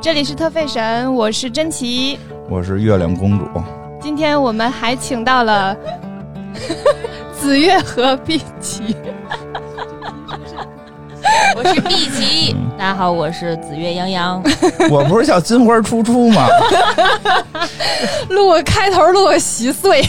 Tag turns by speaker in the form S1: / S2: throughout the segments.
S1: 这里是特费神，我是珍奇。
S2: 我是月亮公主，
S1: 今天我们还请到了 紫月和碧琪。
S3: 我是 B 级，大家好，我是紫月泱 泱。
S2: 我不是叫金花初出吗？
S1: 录个开头，录个稀碎，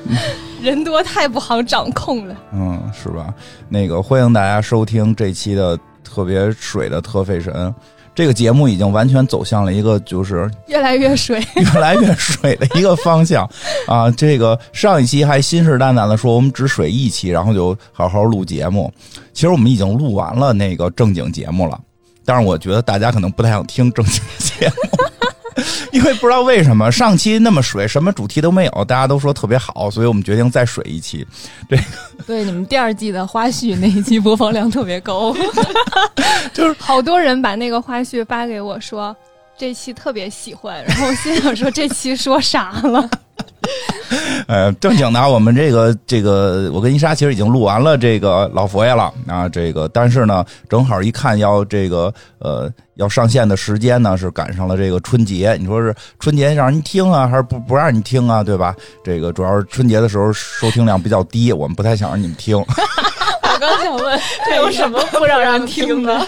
S1: 人多太不好掌控了。
S2: 嗯，是吧？那个欢迎大家收听这期的特别水的特费神。这个节目已经完全走向了一个就是
S1: 越来越水，
S2: 越来越水的一个方向啊！这个上一期还信誓旦旦的说我们只水一期，然后就好好录节目。其实我们已经录完了那个正经节目了，但是我觉得大家可能不太想听正经节目， 因为不知道为什么上期那么水，什么主题都没有，大家都说特别好，所以我们决定再水一期。
S3: 对，你们第二季的花絮那一期播放量特别高，
S1: 好多人把那个花絮发给我说。这期特别喜欢，然后我心想说这期说啥 了？
S2: 呃，正经的啊，我们这个这个，我跟伊莎其实已经录完了这个老佛爷了啊，这个但是呢，正好一看要这个呃要上线的时间呢，是赶上了这个春节。你说是春节让人听啊，还是不不让你听啊，对吧？这个主要是春节的时候收听量比较低，我们不太想让你们听，
S3: 我刚想 问，这有什么不让人听的？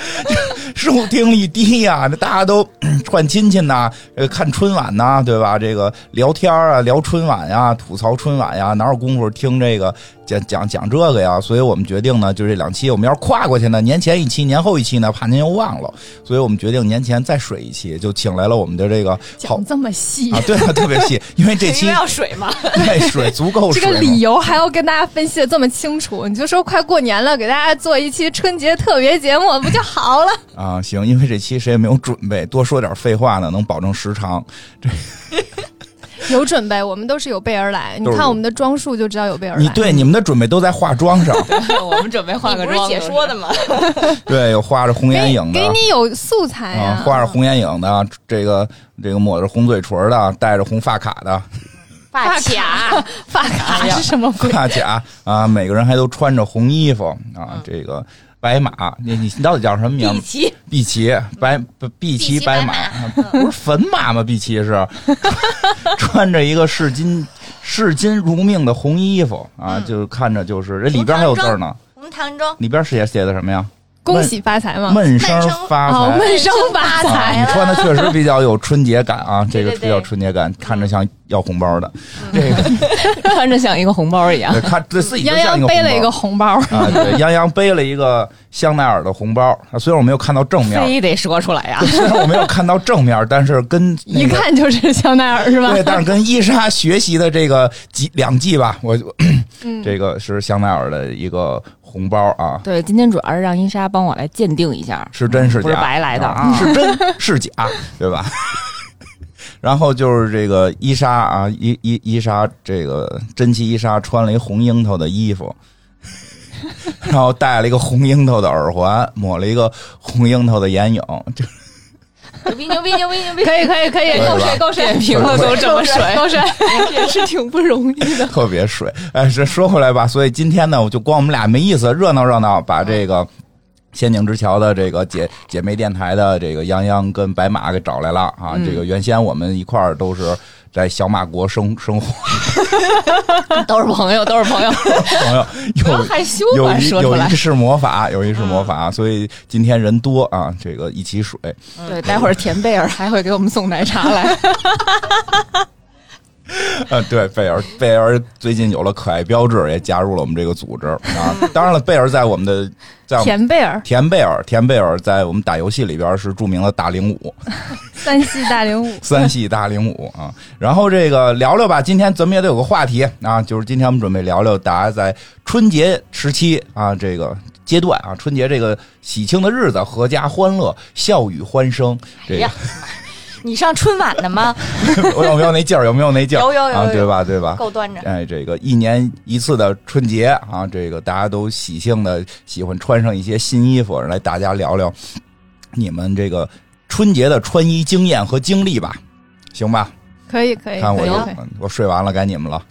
S2: 收听率低呀、那大家都 咳串亲戚呐、呃看春晚呐、对吧？这个聊天啊，聊春晚呀、吐槽春晚呀、哪有功夫听这个讲讲讲这个呀？所以我们决定呢，就这两期我们要跨过去呢，年前一期，年后一期呢，怕您又忘了，所以我们决定年前再水一期，就请来了我们的这个好
S1: 讲这么细，
S2: 啊，对啊，特别细，因为 这期
S3: 水嘛，
S2: 对水足够
S1: 这
S2: 水嘛，
S1: 个理由还要跟大家分析的这么清楚，你就说快过年了，给大家做一期春节特别节目不就好了？
S2: 啊，行，因为这期谁也没有准备，多说点废话呢，能保证时长。
S1: 有准备，我们都是有备而来。你
S2: 都是
S1: 看我们的装束就知道有备而来。
S2: 你对你们的准备都在化妆上，
S3: 我们准备化个妆。不是解说的吗？
S2: 对，有画着红眼
S1: 给
S2: 影的，
S1: 给你有素材
S2: 啊
S1: 啊，，
S2: 画着红眼影的，这个这个抹着红嘴唇的，戴着红发卡的
S3: 发卡，
S1: 发卡是什么鬼？
S2: 发卡啊，每个人还都穿着红衣服啊，这个白马，你你你到底叫什么名
S3: 碧
S2: 字？
S3: 琪，
S2: 碧琪白不碧琪白马，不是粉马吗？碧琪是穿着一个视金视金如命的红衣服啊，就是看着就是这里边还有字儿呢，
S4: 红糖粥，
S2: 里边写写的什么呀？
S1: 恭喜发财嘛！
S2: 闷声
S4: 闷声
S2: 发
S1: 哦，
S2: 财。
S1: 嗯闷声发
S2: 啊，
S1: 财
S2: 你
S1: 了。
S2: 穿的确实比较有春节感啊，这
S4: 对
S2: 个
S4: 对
S2: 比较
S4: 对
S2: 春节感，看着像要红包的，这个
S3: 穿着像一个红包一样。
S2: 对看对自己就
S1: 杨
S2: 像
S1: 洋
S2: 一个
S1: 背了一个
S2: 红
S1: 红包，
S2: 包啊，对，杨洋背了一个香奈儿的红包，啊虽然我没有看到正面，
S3: 非得说出来呀、
S2: 虽然我没有看到正面，但是 跟那
S1: 一
S2: 个。
S1: 看就是香奈儿是吧？
S2: 对，但是跟伊莎学习的这个几两季吧，我
S1: 嗯
S2: 这个是香奈儿的一个红包啊，
S3: 对，今天主要是让伊莎帮我来鉴定一下，
S2: 是真是假，
S3: 不是白来的啊
S2: 是真是假，对吧？ 然后就是这个伊莎啊，伊伊伊莎，这个珍奇伊莎穿了一红樱桃的衣服，然后戴了一个红樱桃的耳环，抹了一个红樱桃的眼影，这
S4: 牛逼牛逼牛逼牛逼！
S1: 可以可以可以，
S2: 对吧
S1: 够水够水，
S3: 评
S2: 了
S3: 都这么水
S1: 够水也 是挺不容易的。
S2: 特别水。哎，这说回来吧，所以今天呢，我就光我们俩没意思，热闹热闹，把这个。仙境之桥的这个姐姐妹电台的这个泱泱跟白马给找来了啊！
S3: 嗯
S2: 这个原先我们一块儿都是在小马国生生活
S3: 都是朋友，都是朋友，
S2: 朋友，
S3: 不要
S2: 有
S3: 害羞
S2: 有
S3: 吧，
S2: 一
S3: 说出
S2: 有
S3: 来嗯
S2: 一。是魔法，有一是魔法，所以今天人多啊，这个一起水。
S3: 对，待会儿田贝尔还会给我们送奶茶 来。
S2: 呃，对，贝尔，贝尔最近有了可爱标志，也加入了我们这个组织啊。当然了，贝尔在我们的在我们
S1: 田贝尔，
S2: 田贝尔，田贝尔在我们打游戏里边是著名的大零五，
S1: 三系大零五，
S2: 三系大零五啊。然后这个聊聊吧，今天咱们也得有个话题啊，就是今天我们准备聊聊大家在春节时期啊这个阶段啊，春节这个喜庆的日子，阖家欢乐，笑语欢声。 这
S4: 哎
S2: 个
S4: 呀你上春晚的吗？
S2: 我有没有那劲儿？有没有那劲儿？
S4: 有有有
S2: 啊，
S4: 有
S2: 对吧？对吧？
S4: 够端着。
S2: 哎，这个一年一次的春节啊，这个大家都喜庆的喜欢穿上一些新衣服，来大家聊聊你们这个春节的穿衣经验和经历吧，行吧？
S1: 可以可以，
S2: 看我
S1: 可以
S2: 就
S1: 可以
S2: 我睡完了，该你们了。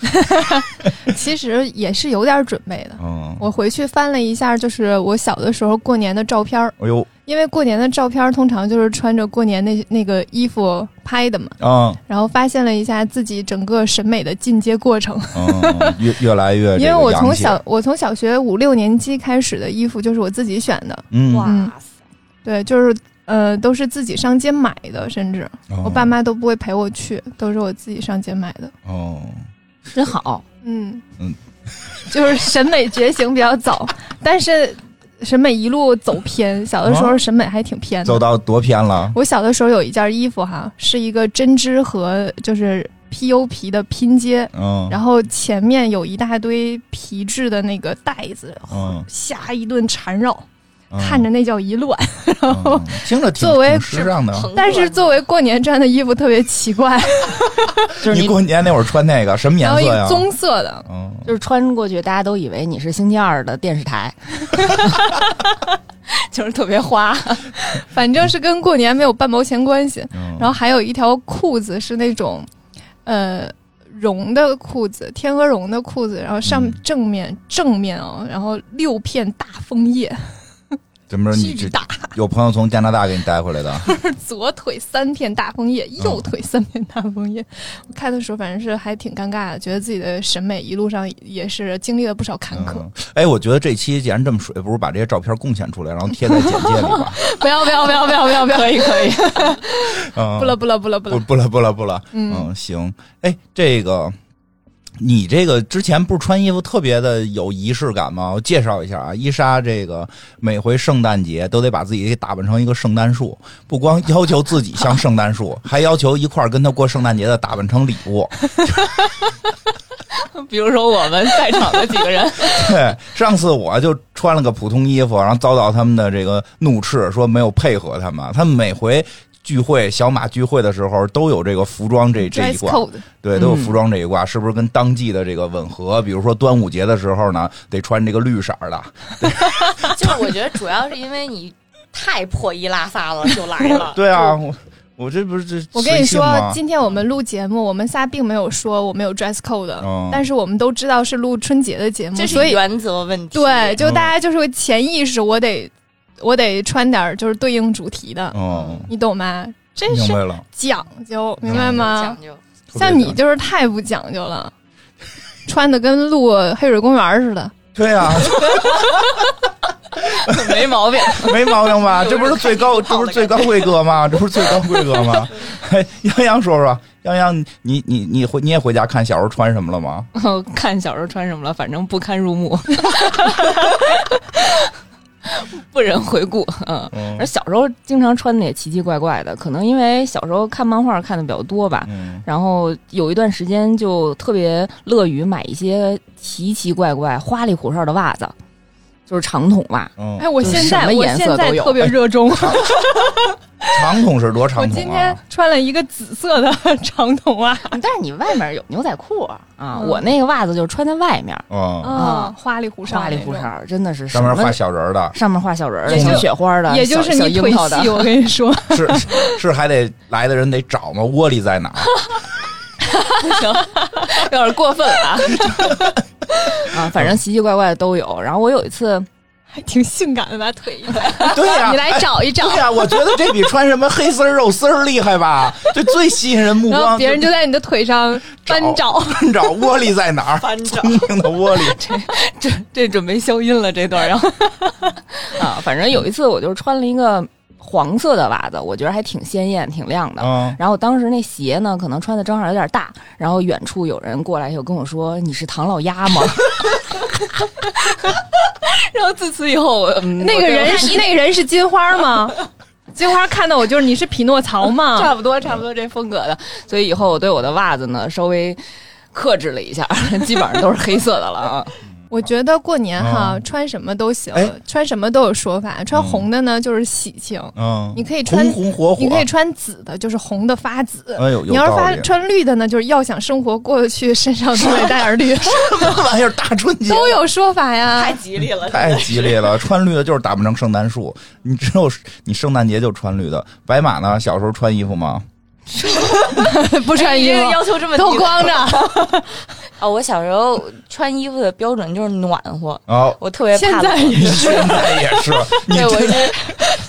S1: 其实也是有点准备的。
S2: 嗯，
S1: 我回去翻了一下，就是我小的时候过年的照片儿，
S2: 哎呦，
S1: 因为过年的照片儿通常就是穿着过年那那个衣服拍的嘛，
S2: 嗯
S1: 然后发现了一下自己整个审美的进阶过程。
S2: 嗯，越越来越
S1: 因
S2: 这
S1: 为
S2: 个
S1: 我
S2: 洋
S1: 从
S2: 气
S1: 小我从小学五六年级开始的衣服就是我自己选的，
S2: 嗯，
S4: 哇塞，
S1: 对，就是呃都是自己上街买的，甚至
S2: 哦
S1: 我爸妈都不会陪我去，都是我自己上街买的。
S2: 哦，
S3: 真好。
S1: 嗯
S2: 嗯，
S1: 就是审美觉醒比较早，但是审美一路走偏，小的时候审美还挺偏的。
S2: 哦走到多偏了，
S1: 我小的时候有一件衣服哈，是一个针织和就是 PU 皮的拼接，
S2: 嗯，
S1: 然后前面有一大堆皮质的那个带子，
S2: 嗯
S1: 下一顿缠绕，
S2: 嗯
S1: 看着那叫一乱。
S2: 嗯嗯听着挺
S1: 作为
S2: 挺时尚的，
S4: 朋克
S1: 但是作为过年穿的衣服特别奇怪，
S3: 就是
S2: 你
S3: 你
S2: 过年那会儿穿那个什么颜
S1: 然后一
S2: 色
S1: 个
S2: 呀？
S1: 棕色的，
S2: 嗯，
S3: 就是穿过去，大家都以为你是星期二的电视台， 就是特别 花。
S1: 反正是跟过年没有半毛钱关系。
S2: 然
S1: 然后还有一条裤子是那种，呃，绒的裤子，天鹅绒的裤子，然后上
S2: 嗯
S1: 正面、正面哦，然后六片大枫叶，
S2: 怎么着？你
S1: 巨
S2: 这
S1: 大，
S2: 有朋友从加拿大给你带回 来的？
S1: 左腿三片大枫叶，右腿三片大枫叶。我看的时候反正是还挺尴尬的，觉得自己的审美一路上也是经历了不少坎坷。
S2: 嗯，哎，我觉得这期既然这么水，不如把这些照片贡献出来，然后贴在简介里 吧。
S1: 不要不要不要不要不要不要，可以可以，
S2: 嗯，
S1: 不了不了不了不
S2: 不
S1: 了，
S2: 不了不了不了。
S1: 嗯
S2: 嗯，行。哎，这个你这个之前不是穿衣服特别的有仪式感吗？我介绍一下啊，伊莎这个每回圣诞节都得把自己给打扮成一个圣诞树，不光要求自己像圣诞树，还要求一块儿跟他过圣诞节的打扮成礼物。
S3: 比如说我们在场的几个 人，
S2: 对， 上次我就穿了个普通衣服，然后遭到他们的这个怒斥，说没有配合他们。他们每回聚会，小马聚会的时候都有这个服装这这一
S1: 嗯 dress
S2: 挂，
S1: code。
S2: 对，都有
S3: 嗯
S2: 服装这一挂，是不是跟当季的这个吻合？比如说端午节的时候呢，得穿这个绿色儿的。
S1: 啊
S4: 就是我觉得主要是因为你太破衣拉撒了，就来了。
S2: 对啊，我我这不是这
S1: 我跟你
S2: 随性
S1: 说
S2: 吗，
S1: 今天我们录节目，我们仨并没有说我们有 dress code 的，
S2: 嗯
S1: 但是我们都知道是录春节的节目，
S4: 这
S1: 所
S4: 是
S1: 以
S4: 原则问题。
S1: 对，就
S2: 嗯
S1: 大家就是会潜意识，我得我得穿点儿就是对应主题的，
S2: 嗯，
S1: 你懂吗？这
S2: 明
S1: 是
S2: 白了，
S1: 讲究，明白
S2: 嗯
S1: 吗
S4: 讲？究哎
S2: 特别
S1: 像你
S2: 讲
S1: 就是太不讲究了，穿的跟路黑水公园似的。
S2: 对啊，
S3: 没毛 病。
S2: 没毛 病吧？
S4: 有人
S2: 这不是最高，这
S4: 看
S2: 不
S4: 你不
S2: 是
S4: 好的感
S2: 最高
S4: 觉
S2: 规格吗？这不是最高规 格吗？哎，洋洋说说，洋洋，你你你回你也回家看小时候穿什么了吗？
S3: 看小时候穿什么了，反正不堪入目， 不忍回顾。嗯，
S2: 嗯
S3: 而小时候经常穿的也奇奇怪怪的，可能因为小时候看漫画看的比较多吧。
S2: 嗯
S3: 然后有一段时间就特别乐于买一些奇奇怪怪、花里胡哨的袜子，就是长筒袜。
S2: 嗯，
S1: 哎，我
S3: 就是
S1: 现
S3: 什
S1: 在
S3: 么
S1: 我
S3: 颜
S1: 现
S3: 色
S1: 在
S3: 都有
S1: 特别热衷，
S2: 长筒是多
S1: 我
S2: 长
S1: 今
S2: 筒
S1: 天
S2: 啊？
S1: 穿了一个紫色的 长筒啊袜，
S3: 啊但是你外面有牛仔裤啊，啊
S1: 嗯
S3: 我那个袜子就是穿在外面，
S2: 嗯，
S1: 啊，花里胡哨，
S3: 花里胡。哨，真的是
S2: 上面
S3: 什么
S2: 画小人 儿的，
S3: 上面画小人儿的，
S1: 也就
S3: 像雪花的，
S1: 也就是
S3: 啊小
S1: 你
S3: 小
S1: 腿
S3: 樱桃的
S1: 细，。我跟你说，
S2: 是是是还得来的人得找吗？窝里在哪儿？
S3: 有点过分了啊！ 啊，反正奇奇怪怪的都有。然后我有一次，
S1: 还挺性感的吧，腿一摆，
S2: 对呀、哎
S1: 你来找一找。
S2: 对呀、我觉得这比穿什么黑丝儿肉丝儿厉害吧？这最吸引人目
S1: 然后
S2: 光，
S1: 别人就在你的腿上翻找，
S2: 翻找窝里在哪儿？
S4: 翻找
S2: 聪明的窝里，
S3: 这 这准备消音了这段儿，然后 啊，反正有一次我就是穿了一个黄色的袜子，我觉得还挺鲜艳、挺亮的。
S2: 嗯，
S3: 然后当时那鞋呢，可能穿的正好有点大，然后远处有人过来又跟我说：“你是唐老鸭吗？” 然后自此以后，我 嗯、
S1: 那
S3: 我
S1: 个
S3: 对我
S1: 人是那个人是金花吗？金花看到我就是你是匹诺曹吗？
S3: 差不多差不多这风格的，所以以后我对我的袜子呢稍微克制了一下， 基本上都是黑色的 了啊。
S1: 我觉得过年哈、
S2: 嗯
S1: 穿什么都行
S2: 哎，
S1: 穿什么都有说法。穿红的呢就是喜庆，
S2: 嗯，
S1: 你可以穿
S2: 红红火火，
S1: 你可以穿紫的，就是红的发紫。
S2: 哦哎呦，有
S1: 你要是
S2: 道
S1: 发
S2: 理。
S1: 穿绿的呢，就是要想生活过得去，身上都得带点绿，哎
S2: 什么玩意儿？大春 节
S1: 都有说法呀
S4: 太。吉利了，
S2: 太激烈了，穿绿的就是打扮成圣诞树，你只有你圣诞节就穿绿的。白马呢？小时候穿衣服吗？
S1: 不穿衣
S4: 你这个
S1: 服，
S4: 要求这 么低
S1: 都光着。
S4: 啊！我小时候穿衣服的标准就是暖和，
S2: 哦，
S4: 我特别
S1: 现
S4: 怕冷。
S1: 在也是
S2: 现在也是， 你
S4: 对，我
S2: 这
S4: 是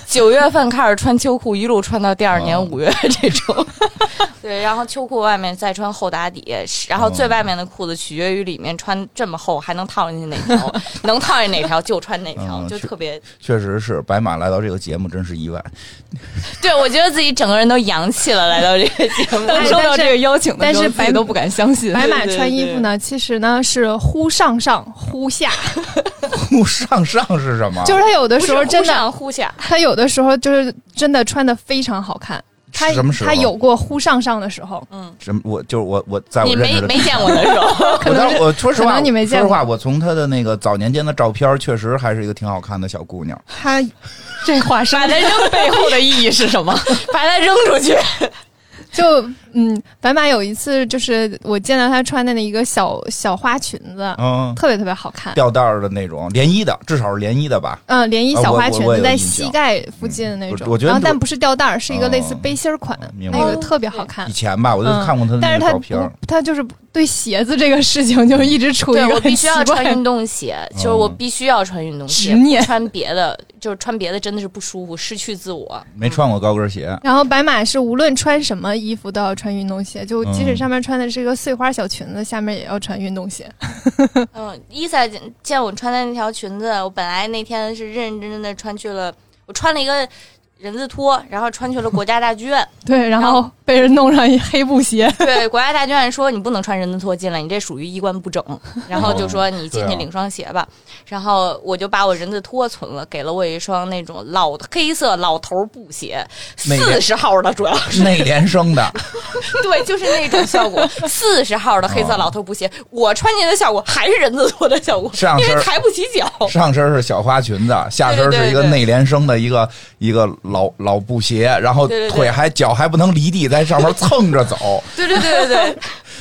S4: 九月份开始穿秋裤，一路穿到第二年
S2: 哦
S4: 五月这种。 对，然后秋裤外面再穿厚打底，然后
S2: 哦
S4: 最外面的裤子取决于里面穿这么厚还能套进去哪 条，能套进哪条就穿哪条，
S2: 嗯
S4: 就特别。
S2: 确实是白马来到这个节目真是意外。
S4: 对，我觉得自己整个人都洋气了，来到这个节
S1: 哎
S4: 目。
S3: 当收到这个邀请的时候，
S1: 但是
S3: 自己都不敢相信。
S1: 白马
S4: 对对
S1: 穿衣服呢，其实呢是忽上上忽下，
S2: 忽上上是什么？
S1: 就是他有的时候真
S4: 忽
S1: 的，
S4: 上忽下，
S1: 他有的时候就是真的穿的非常好看。他
S2: 什么时候
S1: 他有过忽上上的时候，
S4: 嗯，
S2: 什么？我就是我我
S1: 哎
S2: 在我
S4: 你
S2: 认
S4: 没
S2: 识的。
S4: 没见过的时候，
S2: 我当时我说实
S1: 可
S2: 话，
S1: 能你没见
S2: 说
S1: 过
S2: 实话，我从她的那个早年间的照片，确实还是一个挺好看的小姑娘。
S1: 他
S3: 这话说，把它扔背后的意义是 什么？
S4: 把它扔出去。
S1: 就嗯，白马有一次就是我见到他穿的那一个小小花裙子，
S2: 嗯，
S1: 特别特别好看。
S2: 吊带儿的那种连衣的，至少是连衣的吧？
S1: 嗯，连衣
S2: 啊
S1: 小
S2: 我
S1: 花
S2: 我
S1: 裙
S2: 我有
S1: 子在
S2: 印
S1: 膝
S2: 象嗯
S1: 盖附近的那
S2: 我
S1: 种，
S2: 我觉得
S1: 然后
S2: 不
S1: 但不是吊带儿，是一个类似
S2: 哦
S1: 背心儿款，
S2: 明白
S1: 那个特别好看
S2: 以。前吧，我就
S1: 嗯
S2: 看过她的
S1: 但
S2: 那
S1: 是他
S2: 个照片。
S1: 不，他就是对鞋子这个事情，就是一直处于一
S4: 对
S1: 个
S4: 我必
S1: 很
S4: 须
S1: 奇
S4: 要
S1: 怪
S4: 穿运动鞋，就是我必须要穿运动鞋，
S1: 执念
S4: 不穿别的就是穿别的真的是不舒服，失去自我。
S2: 没穿过高跟鞋，
S4: 嗯
S1: 然后白马是无论穿什么衣服都要穿运动鞋，就即使
S2: 嗯
S1: 上面穿的是一个碎花小裙子，下面也要穿运动鞋。
S4: 嗯，伊萨见见我穿的那条裙子，我本来那天是认认真真的穿去了，我穿了一个人字拖，然后穿去了国家大剧院。
S1: 对，然
S4: 然
S1: 后被人弄上一黑布 鞋，
S4: 对，国家大剧院说你不能穿人字拖进来，你这属于衣冠 不整。然后就说你进
S2: 对
S4: 去
S2: 啊
S4: 领双鞋吧。然后我就把我人字拖存了，给了我一双那种老黑色老头布鞋，
S2: 那个
S4: 四十号的主要
S2: 内联升的，
S4: 对，就是那种 效果，四十号的黑
S2: 哦
S4: 色老头布鞋，我穿进去的效果还是人字拖的效果，
S2: 上
S4: 因
S2: 身
S4: 为
S2: 儿
S4: 抬不起 脚。
S2: 上身是小花裙子，下身是一个
S4: 哦对对对对
S2: 内联升的一个一个老老布鞋，然后
S4: 对对对
S2: 腿还脚还不能离地，在上面蹭着 走，
S4: 对对对对对，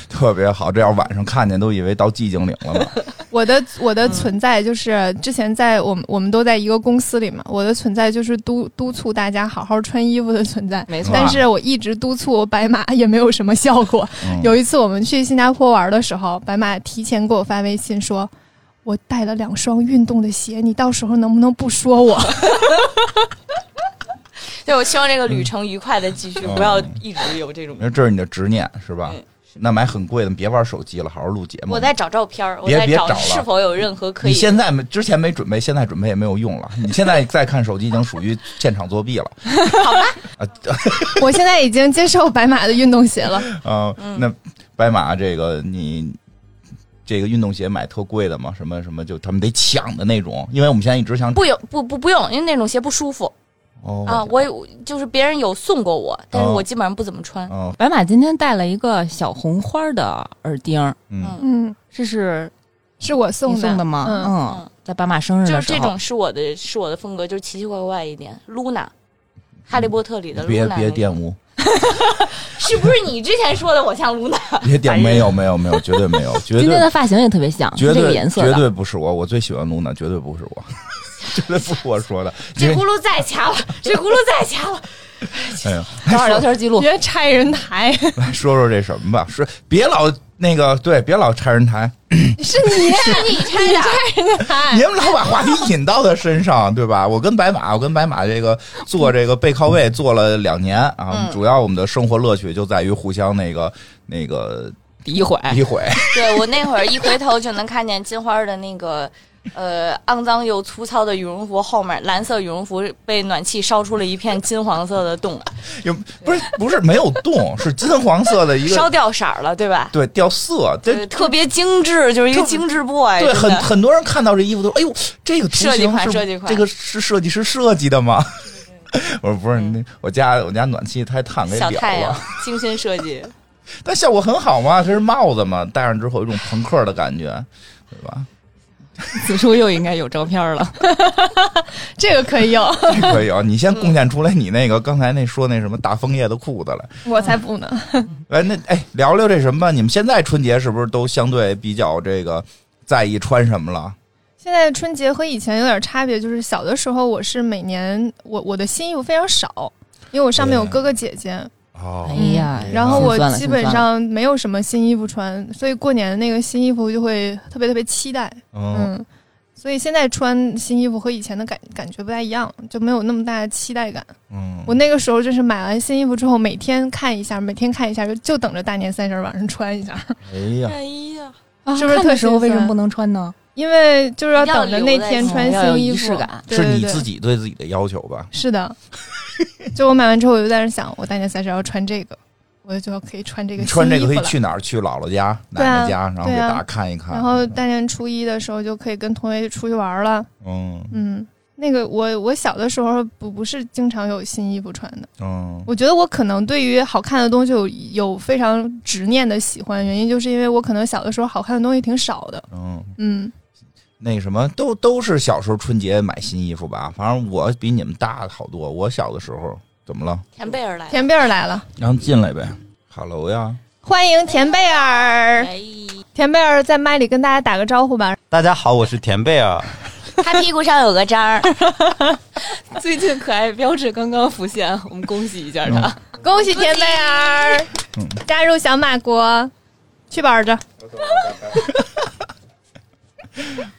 S2: 特别好。这要晚上看见都以为到寂静岭了 呢。
S1: 我的我
S2: 嗯
S1: 的存在就是之前在我们我们都在一个公司里嘛，我的存在就是督督促大家好好穿衣服的存在。
S3: 没
S2: 错
S1: 但是我一直督促白马也没有什么效果。
S2: 嗯
S1: 有一次我们去新加坡玩的时候，白马提前给我发微信说。我带了两双运动的鞋，你到时候能不能不说我？
S4: 对我希望这个旅程愉快的继续，
S2: 嗯
S4: 不要一直有这种
S2: 你。说这是你的执念是吧
S4: 对？
S2: 那买很贵的，别玩手机了，好好录节目。
S4: 嗯我在找照片儿，我
S2: 别
S4: 在
S2: 别找了
S4: 是否有任何可
S2: 你
S4: 以。
S2: 现在没之前没准备，现在准备也没有用了。你现在再看手机已经属于现场作弊了。
S1: 我现在已经接受白马的运动鞋了，
S2: 呃，那白马这个你这个运动鞋买特贵的嘛？什么什么就他们得抢的那种，因为我们现在一直想
S4: 不用不不不用，因为那种鞋不舒服
S2: 哦
S4: 啊！我有就是别人有送过我，但是我基本上不怎么穿。
S2: 哦
S3: 白马今天带了一个小红花的耳钉儿，
S2: 嗯
S4: 嗯，
S1: 嗯，
S3: 这是
S1: 是我送
S3: 你
S1: 的，
S3: 送的吗？
S1: 嗯，
S4: 嗯
S3: 在白马生日
S4: 就
S3: 的
S4: 是
S3: 时候，
S4: 这种是我的是我的风格，就是奇奇怪怪一点。Luna，哈利波特里的 Luna，
S2: 别别
S4: 那
S2: 玷
S4: 种
S2: 污，
S4: 是不是你之前说的我像 Luna？
S2: 别玷污，没有没有没有，绝对 没有，绝
S3: 今天
S2: 对
S3: 的发型也特别像，
S2: 绝
S3: 是这个
S2: 对
S3: 颜色
S2: 绝
S3: 的。
S2: 对不是我，我最喜欢露娜，绝对不是我， 绝对不是我说的，因
S4: 这
S2: 为
S4: 轱辘再掐了，这轱辘再掐了。
S2: 哎呀，
S3: 找找聊天记录，
S1: 别拆人台，
S2: 来说说这什么吧，是别老那个对，别老拆人台，
S1: 是你
S4: 那你拆 的，
S2: 你们老把话题引到他身上，对吧？我跟白马，我跟白马这个做这个背靠背做了两年啊，
S4: 嗯
S2: 主要我们的生活乐趣就在于互相那个那个
S3: 诋毁。
S4: 哎
S2: 诋毁，
S4: 对我那会儿一回头就能看见金花的那个。呃，肮脏又粗糙的羽绒服后面，蓝色羽绒服被暖气烧出了一片金黄色的洞，
S2: 有不是不是没有动，是金黄色的一
S4: 烧
S2: 个
S4: 掉色儿了，对吧？
S2: 对掉色，
S4: 对，
S2: 这
S4: 特别精致，就是一个
S2: 特
S4: 精致 boy，
S2: 对
S4: 真
S2: 很
S4: 的
S2: 很多人看到这衣服都哎呦，这个图
S4: 设计
S2: 形
S4: 款
S2: 是
S4: 设计款
S2: 这个是设计师设计的吗？ 我说不是，
S4: 嗯
S2: 那我家我家暖气太烫给
S4: 小
S2: 燎
S4: 太阳
S2: 了，，
S4: 精心设计。
S2: 但效果很好嘛，这是帽子嘛，戴上之后有一种朋克的感觉，对吧？
S3: 此处又应该有照片了。
S1: 这个可以有，
S2: 可以啊，你先贡献出来你那个刚才那说那什么大枫叶的裤子来。
S1: 我才不呢。
S2: 哎，那哎，聊聊这什么吧？你们现在春节是不是都相对比较这个在意穿什么了？
S1: 现在春节和以前有点差别，就是小的时候我是每年我我的新衣服非常少，因为我上面有
S2: 对
S1: 哥哥姐姐，
S2: 哦
S3: 哎呀，
S1: 然后我
S3: 心哎酸了
S1: 基本，
S3: 心酸了
S1: 上没有什么新衣服穿，所以过年那个新衣服就会特别特别期待，
S3: 哦
S2: 嗯
S1: 嗯，所以现在穿新衣服和以前的感感觉不太一样，就没有那么大的期待感。
S2: 嗯，
S1: 我那个时候就是买完新衣服之后，每天看一下，每天看一下，就就等着大年三十晚上穿一下，
S2: 哎 呀，
S4: 哎呀，
S3: 啊
S1: 是不是
S3: 看的
S1: 特
S3: 时
S1: 心
S3: 候为什么
S1: 酸
S3: 不能穿呢？
S1: 因为就是要等着那天穿
S3: 要有
S1: 新
S3: 仪
S1: 衣
S3: 式
S1: 服。
S3: 感，
S1: 对
S2: 是
S1: 对
S2: 你
S1: 对
S2: 自己对自己的要求吧？
S1: 是 的，就我买完之后，我就在那想，我大年三十要穿这个，我就可以穿这个
S2: 你穿
S1: 新
S2: 这
S1: 衣
S2: 个可以
S1: 服了
S2: 去哪儿？去姥姥家、奶
S1: 对啊
S2: 奶家，然后给
S1: 对啊啊
S2: 大家看一看。
S1: 然后大年初一的时候就可以跟同学出去玩了。
S2: 嗯
S1: 嗯，那个我我小的时候不不是经常有新衣服穿的，
S2: 嗯
S1: 我觉得我可能对于好看的东西有有非常执念的喜欢，原因就是因为我可能小的时候好看的东西挺少的。
S2: 嗯，
S1: 嗯，
S2: 那什么都都是小时候春节买新衣服吧？反正我比你们大好多。我小的时候怎么了？
S4: 田贝尔来了，
S1: 田贝尔来了，
S2: 让进来呗。Hello 呀，
S1: 欢迎田贝尔。
S4: 哎，
S1: 田贝尔在麦里跟大家打个招呼吧。
S5: 大家好，我是田贝尔。
S4: 他屁股上有个章儿，
S3: 最近可爱标志刚刚浮现，我们恭喜一下他。
S1: 恭喜田贝尔
S2: 嗯
S1: 加入小马国，去吧，儿 子。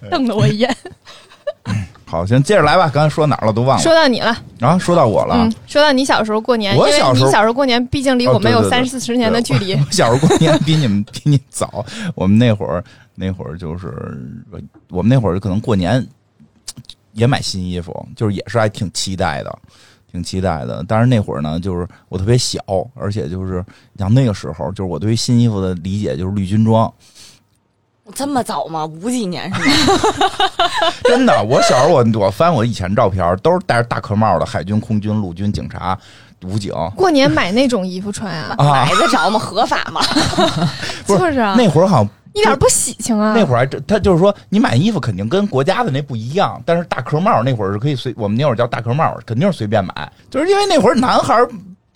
S1: 瞪了我一眼。
S2: 好，行，接着来吧。刚才说哪儿了都忘了
S1: 说到你了，
S2: 啊？说到我了。
S1: 嗯，说到你小时候过年，因
S2: 我
S1: 为
S2: 小
S1: 你
S2: 时候
S1: 小时候过年，毕竟离
S2: 哦
S1: 我们
S2: 对
S1: 有
S2: 对对
S1: 三四十年的距离
S2: 我。我小时候过年比你们 比你早，我们那会儿那会儿就是我们那会儿可能过年也买新衣服，就是也是还挺期待的。挺期待的，但是那会儿呢，就是我特别小，而且就是像那个时候，就是我对于新衣服的理解就是绿军装，
S4: 我 这么早吗？五几年是吗？
S2: 真的。我小时候我我翻我以前照片，都是戴着大壳帽的，海军、空军、陆军、警察、武警
S1: 过年买那种衣服穿啊，
S2: 啊
S4: 买，得着吗？合法吗？
S2: 不
S1: 就是是 啊，
S2: 那会儿好像
S1: 一点不喜庆啊。
S2: 那会儿还真，他就是说，你买衣服肯定跟国家的那不一样，但是大壳帽那会儿是可以随，我们那会儿叫大壳帽，肯定是随便买，就是因为那会儿男孩儿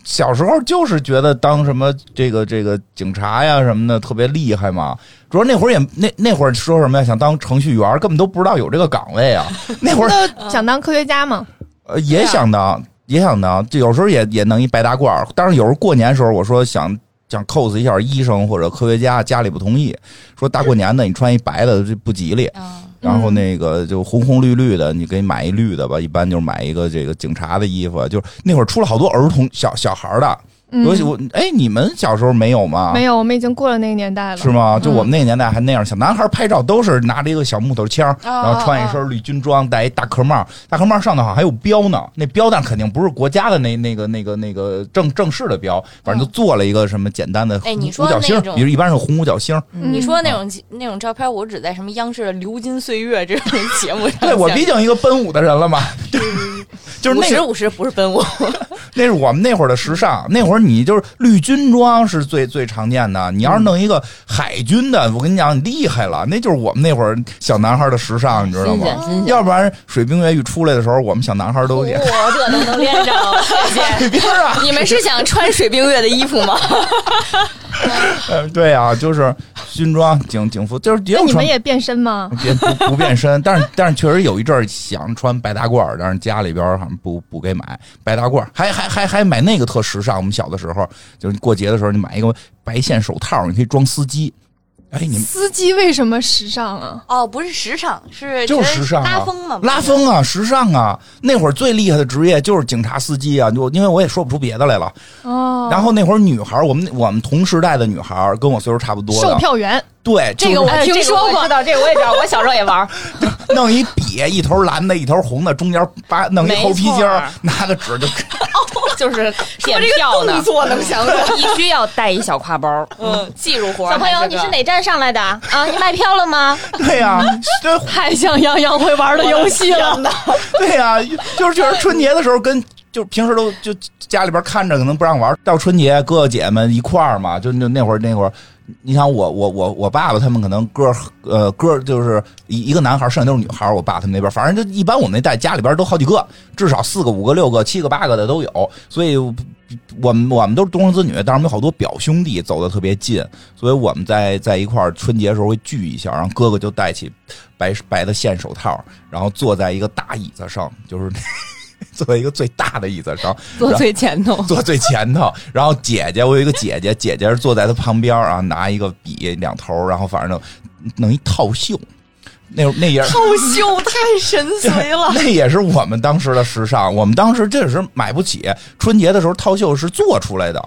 S2: 小时候就是觉得当什么这个这个警察呀什么的特别厉害嘛，主要那会儿也那那会儿说什么呀，想当程序员根本都不知道有这个岗位啊，那会儿
S1: 那想当科学家嘛？
S2: 呃，也想当，也想当，就有时候也也弄一白大褂儿。当然，有时候过年时候，我说想想 cos 一下医生或者科学家，家里不同意，说大过年的你穿一白的这不吉利。
S4: 嗯，
S2: 然后那个就红红绿绿的，你给买一绿的吧，一般就是买一个这个警察的衣服。啊就是那会儿出了好多儿童小小孩儿的，
S1: 嗯，
S2: 我我哎，你们小时候没有吗？
S1: 没有，我们已经过了那个年代了。
S2: 是
S4: 嗯
S2: 吗？就我们那个年代还那样，小男孩拍照都是拿着一个小木头枪，
S4: 哦
S2: 然后穿一身绿军装，戴一大壳帽，大壳帽上头好像还有标呢，那标但肯定不是国家的那那个那个那个正正式的标，反正就做了一个什么简单的
S4: 哦哎你
S2: 五
S4: 说
S2: 角星
S4: 那，种
S2: 比如一般是红五角 星。
S1: 嗯
S4: 哦你说那种那种照片，我只在什么央视的《流金岁月》这种节目上见 过。
S2: 对我毕竟一个奔五的人了 嘛， 就就是
S4: 五
S2: 那
S4: 十
S2: 个
S4: 五十不是奔五，
S2: 那是我们那会儿的时尚，那会儿你就是绿军装是最最常见的，你要是弄一个海军的，我跟你讲你厉害了，那就是我们那会儿小男孩的时尚，你知道
S3: 新
S2: 吗？
S3: 鲜新鲜，
S2: 要不然水冰月一出来的时候，我们小男孩都也
S4: 我这都能连上，
S2: 水
S4: 谢 谢。
S2: 冰儿啊，
S4: 你们是想穿水冰月的衣服吗？
S2: 呃对啊，就是军装、警警服，就是也
S1: 那
S2: 有嗯
S1: 你们
S2: 穿
S1: 也变身吗？
S2: 别不不变身，但是但是确实有一阵儿想穿白大褂儿，但是家里边儿好像不不给买白大褂儿，还还还还买那个特时尚。我们小的时候，就是过节的时候，你买一个白线手套，你可以装司机。哎，你们
S1: 司机为什么时尚啊？
S4: 哦，不是时尚，是
S2: 就是时尚、啊，
S4: 哎拉风嘛，
S2: 拉 风啊，时尚啊。那会儿最厉害的职业就是警察司机啊，就因为我也说不出别的来了。
S1: 哦，
S2: 然后那会儿女孩儿，我们我们同时代的女孩儿跟我岁数差不多
S1: 售
S2: 的，
S1: 票员，
S2: 对，就
S1: 这个
S2: 是
S1: 我听说过
S4: 哎这个我知道这个我也知道，我小时候也 玩。
S2: 弄一笔，一头蓝的，一头红的，中间扒弄一
S4: 没
S2: 猴皮筋儿
S4: 错，
S2: 拿着纸就
S4: 就是点票呢，动作能想必须要带一小挎包，嗯，技术活。小朋友，你是哪站上来的啊？你买票了吗？
S2: 对呀、这
S1: 太像杨洋会玩的游戏了。
S2: 对呀、就是确实春节的时候跟。就是平时都就家里边看着可能不让玩，到春节哥哥姐们一块儿嘛，就就那会儿那会儿，你想我我我我爸爸他们可能哥呃哥就是一一个男孩，剩下都是女孩。我爸他们那边，反正就一般我们那代家里边都好几个，至少四个、五个、六个、七个、八个的都有，所以我们我们都是独生子女，但是我们有好多表兄弟走的特别近，所以我们在在一块儿春节的时候会聚一下，然后哥哥就戴起白白的线手套，然后坐在一个大椅子上，就是 坐在一个最大的椅子上，
S3: 坐最前头，
S2: 坐最前头。然后姐姐，我有一个姐姐，姐姐是坐在她旁边啊，拿一个笔两头，然后反正弄弄一套袖。那那也。
S4: 套袖太神髓了
S2: 那也是我们当时的时尚。我们当时这是买不起，春节的时候套袖是做出来的，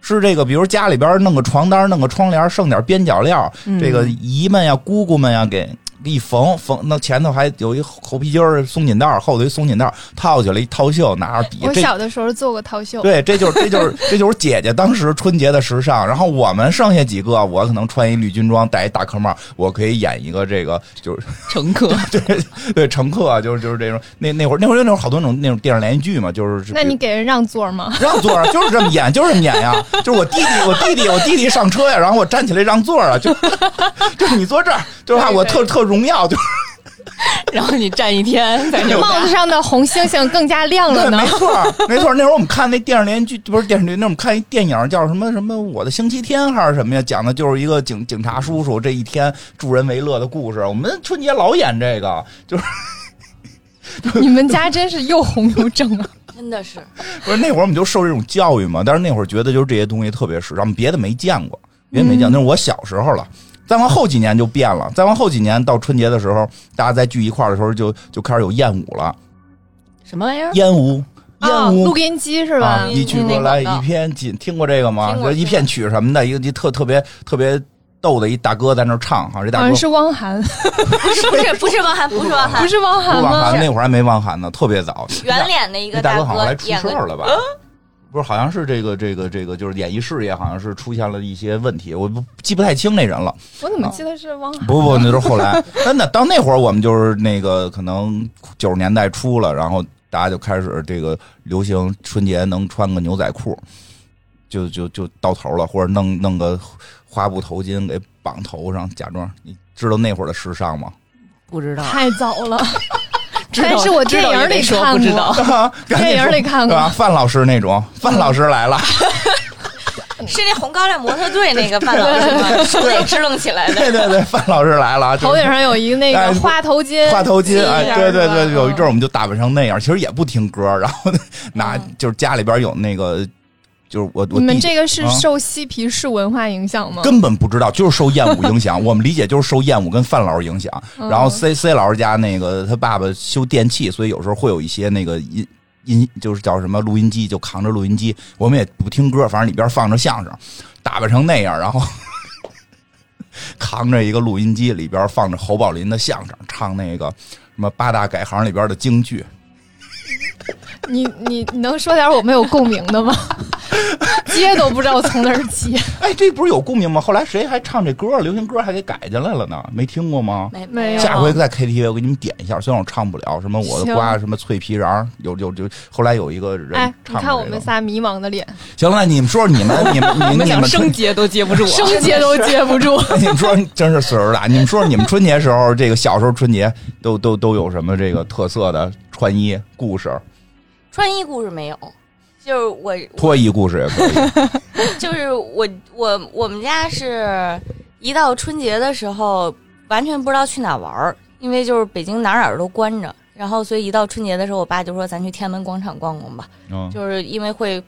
S2: 是这个，比如家里边弄个床单、弄个窗帘，剩点边角料，这个姨们呀、姑姑们呀给。给一缝缝，那前头还有一猴皮筋儿、松紧带儿，后头一松紧带儿，套起来一套袖，拿着笔。
S1: 我
S2: 这
S1: 小的时候做过套袖，
S2: 对，这就是这就是这就是姐姐当时春节的时尚。然后我们剩下几个，我可能穿一绿军装，戴一大壳帽，我可以演一个这个就是
S3: 乘客。
S2: 对对，乘客啊，就是就是这种那那会儿那会儿那会儿好多那种那种电视连续剧嘛，就是
S1: 那你给人让座吗？
S2: 让座啊，就是这么演，就是这么演呀、就是我弟弟我弟弟我弟弟上车呀、然后我站起来让座啊，就 就是你坐这儿，就是啊我特特荣耀，就是
S3: 然后你站一天，在这
S1: 帽子上的红星星更加亮了
S2: 对， 没
S1: 呢。
S2: 错儿没错儿。那会儿我们看那电视连续剧，不是电视剧，那会儿我们看一电影叫什么什么《我的星期天》还是什么呀？讲的就是一个警警察叔叔这一天助人为乐的故事。我们春节老演这个，就是。
S1: 你们家真是又红又正啊！
S4: 真的是，
S2: 不是那会儿我们就受这种教育嘛，但是那会儿觉得就是这些东西特别时尚，我们别的没见过，别的没见过，
S4: 嗯
S2: 那是我小时候了。再往后几年就变了，再往后几年到春节的时候，大家再聚一块儿的时候就，就开始有燕舞
S4: 啊
S2: 了，
S3: 什么玩意儿？
S2: 燕舞，
S1: 啊，
S2: 燕
S1: 录
S2: 舞。
S1: 音机是
S2: 啊
S1: 吧？
S2: 一曲过来
S4: 那个
S2: 一片锦，听过这个吗？
S4: 听
S2: 就
S4: 过
S2: 一片曲什么的，一个一特特别特别逗的一大哥在那儿唱，哈，这
S1: 好
S2: 大
S4: 嗯
S2: 哥
S1: 像是汪涵，
S4: 不是不是不是汪涵，不是汪
S1: 不
S4: 涵，
S1: 是汪
S2: 不
S1: 涵
S2: 忘
S1: 吗
S2: 寒？那会儿还没忘寒呢，特别早。
S4: 圆脸的一个
S2: 那哎大哥好像
S4: 哥
S2: 还出
S4: 演
S2: 事
S4: 个
S2: 儿了吧？不是，好像是这个这个这个，就是演艺事业好像是出现了一些问题，我不记不太清那人了。
S1: 我怎么记得是汪涵？
S2: 不不，那都是后 来。真的，到那会儿我们就是那个可能九十年代初了，然后大家就开始这个流行春节能穿个牛仔裤，就就就到头了，或者弄弄个花布头巾给绑头上，假装你知道那会儿的时尚吗？
S3: 不知道，
S1: 太早了，
S3: 知道
S1: 但是我
S3: 知道
S1: 电影
S3: 也得
S1: 里
S3: 说
S1: 看
S3: 不知
S1: 过
S3: 道，
S1: 电影里看
S2: 对吧？啊
S1: 过。
S2: 范老师那种，范老师来了。
S4: 是那红高粱模特队那个范老师吗？手得支棱起来的。
S2: 对对对，范老师来了，就是
S1: 头顶上有一那
S2: 哎
S1: 个花头巾，
S2: 画头巾，哎
S1: 系，
S2: 对
S1: 着
S2: 对
S1: 是吧
S2: 对，有一阵儿
S1: 嗯
S2: 我们就打扮成那样，其实也不听歌，然后呢 拿就是家里边有那个，就是我我
S1: 嗯你们
S2: 弟
S1: 这个是
S2: 啊
S1: 受嬉皮士文化影响吗？
S2: 根本不知道，就是受燕舞影响，我们理解就是受燕舞跟范老师影响，
S1: 嗯
S2: 然后 C C 老师家那个他爸爸修电器，所以有时候会有一些那个音音就是叫什么录音机，就扛着录音机，我们也不听歌，反正里边放着相声，打扮成那样，然后 扛着一个录音机，里边放着侯宝林的相声，唱那个什么八大改行里边的京剧。
S1: 你你你能说点我们有共鸣的 吗？接都不知道从哪儿接，
S2: 哎，这不是有共鸣吗？后来谁还唱这歌，流行歌还给改进来了呢？没听过吗？
S4: 没
S1: 没有
S2: 下回在 KTV 我给你们点一下，虽然我唱不了什么我的瓜，什么脆皮瓤儿，有有有。后来有一个人
S1: 哎，你
S2: 唱
S1: 看
S2: 过
S1: 我
S2: 这
S1: 们
S2: 个。
S1: 仨迷茫的脸，
S2: 行了，那你们说说你们，你们你
S3: 我
S2: 们
S3: 们
S2: 你
S3: 想
S2: 们
S3: 升
S2: 春，
S3: 接都接不住。啊
S1: 生接都接不 住。
S2: 你们说真是岁数大。你们说你们春节时候，这个小时候春节都都都有什么这个特色的穿衣故事、
S4: 穿衣故事没有，就是我
S2: 脱衣故事也可以。
S4: 就是我我我们家是一到春节的时候，完全不知道去哪玩儿，因为就是北京哪儿哪儿都关着。然后，所以一到春节的时候，我爸就说：“咱去天安门广场逛逛吧。”
S2: 嗯
S4: 就是因为会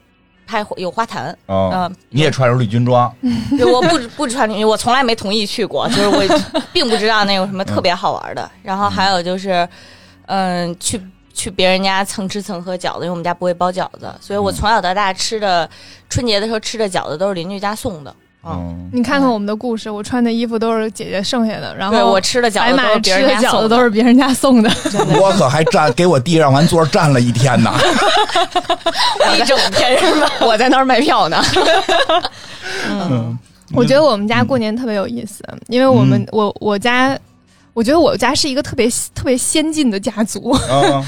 S4: 拍有花坛，嗯、
S1: 呃
S2: 哦，你也穿着绿军装，
S1: 嗯
S4: 对我不不穿，我从来没同意去过，就是 我并不知道那有什么特别
S1: 嗯
S4: 好玩的。然后还有就是，嗯，去去别人家蹭吃蹭喝饺子，因为我们家不会包饺子，所以
S1: 嗯
S4: 我从小到大吃的春节的时候吃的饺子都是邻居家送的。嗯，
S2: 嗯，
S1: 你看看我们的故事，我穿的衣服都是姐姐剩下的，然
S4: 对
S1: 后
S4: 我吃的饺
S1: 白
S4: 子都
S1: 马
S4: 是别
S1: 吃
S4: 人
S1: 的
S4: 家
S1: 饺
S4: 送
S1: 子
S4: 的，
S1: 都是别人家送的。
S2: 我可还站给我弟让完座站了一天 呢。
S4: 一整天是吧？
S3: 我在那儿卖票呢，
S2: 嗯，嗯
S1: 我觉得我们家过年特别有意思，因为我们、我我家，我觉得我家是一个特别特别先进的家族。
S2: 嗯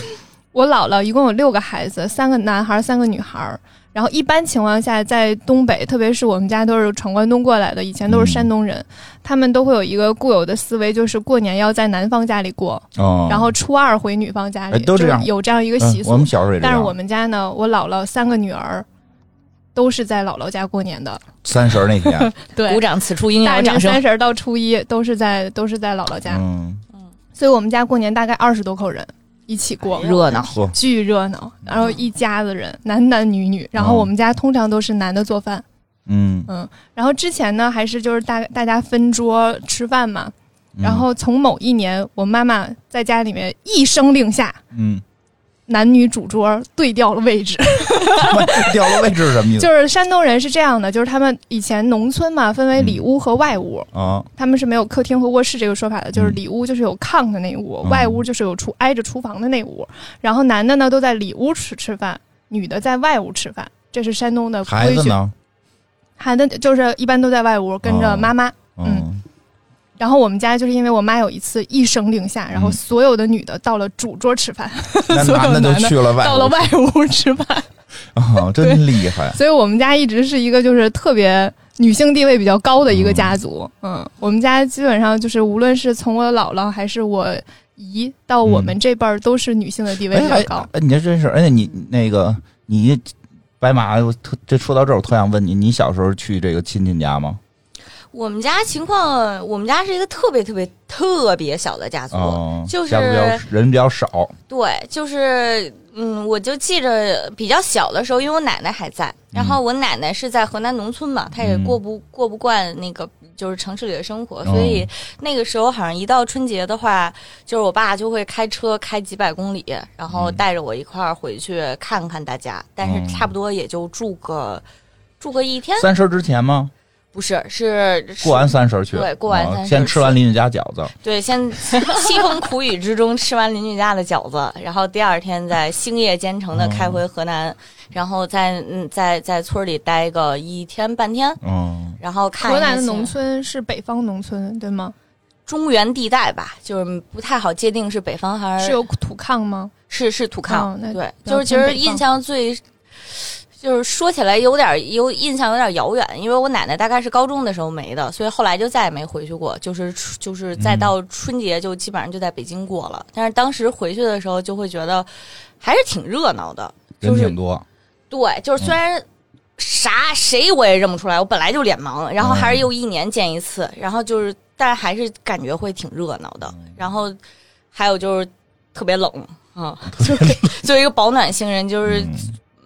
S1: 我姥姥一共有六个孩子，三个男孩儿，三个女孩儿。然后一般情况下，在东北，特别是我们家都是闯关东过来的，以前都是山东人，
S2: 嗯
S1: 他们都会有一个固有的思维，就是过年要在男方家里过，
S2: 哦，
S1: 然后初二回女方家里，
S2: 哎都这样
S1: 就是有这样一个
S2: 嗯
S1: 习俗。
S2: 我们小时候也这
S1: 但
S2: 样。
S1: 是我们家呢，我姥姥三个女儿都是在姥姥家过年的，
S2: 三十那 天，
S1: 对
S3: 鼓掌，此处
S2: 嗯
S3: 应
S1: 大
S3: 有掌
S1: 年三
S3: 声。
S1: 十儿到初一都是在都是在姥姥家，
S2: 嗯，
S1: 所以我们家过年大概二十多口人。一起过，
S3: 热闹，
S2: 不，
S1: 巨热闹，然后一家子人，男男女女，然后我们家通常都是男的做饭，
S2: 嗯，
S1: 嗯，然后之前呢还是就是大大家分桌吃饭嘛，
S2: 嗯
S1: 然后从某一年我妈妈在家里面一声令下，
S2: 嗯，
S1: 男女主桌对调了位置，
S2: 掉了位置是什么意思？
S1: 就是山东人是这样的，就是他们以前农村嘛分为里屋和外屋，
S2: 啊，
S1: 他们是没有客厅和卧室这个说法的，就是里屋就是有炕的那一屋，
S2: 嗯
S1: 外屋就是有厨挨着厨房的那屋。然后男的呢都在里屋吃吃饭，女的在外屋吃饭，这是山东的
S2: 孩
S1: 规
S2: 子
S1: 矩。
S2: 呢？哦
S1: 孩子就是一般都在外屋跟着妈妈。
S2: 嗯，
S1: 然后我们家就是因为我妈有一次一声令下，
S2: 嗯
S1: 然后所有的女的到了主桌吃饭，
S2: 那
S1: 所有
S2: 男的
S1: 男
S2: 就
S1: 的
S2: 去了外
S1: 到了
S2: 国
S1: 外屋吃饭，
S2: 啊，真厉害。
S1: 所以我们家一直是一个就是特别女性地位比较高的一个家族。嗯，我们家基本上就是无论是从我姥姥还是我姨到我们这辈儿，都是女性的地位比较
S2: 嗯哎
S1: 高。
S2: 哎，你这真是，而且你那个你白马，我特这说到这儿，我特想问你，你小时候去这个亲戚家吗？
S4: 我们家情况，我们家是一个特别特别特别小的家族，
S2: 哦，
S4: 就是
S2: 家族比较人比较少，
S4: 对，就是嗯，我就记着比较小的时候，因为我奶奶还在，然后我奶奶是在河南农村嘛，她也
S2: 嗯
S4: 过不过不惯那个就是城市里的生活，
S2: 哦
S4: 所以那个时候好像一到春节的话，就是我爸就会开车开几百公里，然后带着我一块儿回去看看大家，但
S2: 嗯
S4: 是差不多也就住个住个一天，
S2: 三十之前吗？
S4: 不是是
S2: 过完三十去，
S4: 对过完
S2: 啊
S4: 三十
S2: 先吃完
S4: 去
S2: 邻居家饺子，
S4: 对，先凄风苦雨之中吃完邻居家的饺子，然后第二天再星夜兼程的开回河南，
S1: 哦
S4: 然后在嗯在在村里待个一天半天，
S2: 嗯，
S4: 然后看
S1: 河
S4: 一
S1: 南的
S4: 些
S1: 农村是北方农村，对吗？
S4: 中原地带吧，就是不太好界定是北方
S2: 哎
S4: 还
S1: 是
S4: 是
S1: 有土炕吗？
S4: 是是土炕，
S1: 哦那
S4: 对，
S1: 比较
S4: 就是其
S1: 偏
S4: 实
S1: 北方
S4: 印象最。就是说起来有点有印象有点遥远，因为我奶奶大概是高中的时候没的，所以后来就再也没回去过。就是就是再到春节就基本上就在北京过了，但是当时回去的时候就会觉得还是挺热闹的，就
S2: 人
S4: 是
S2: 挺多，
S4: 对，就是虽然啥谁我也认不出来，我本来就脸盲，然后还是又一年见一次，然后就是，但还是感觉会挺热闹的。然后还有就是特别冷啊，就 作为一个保暖星人，就是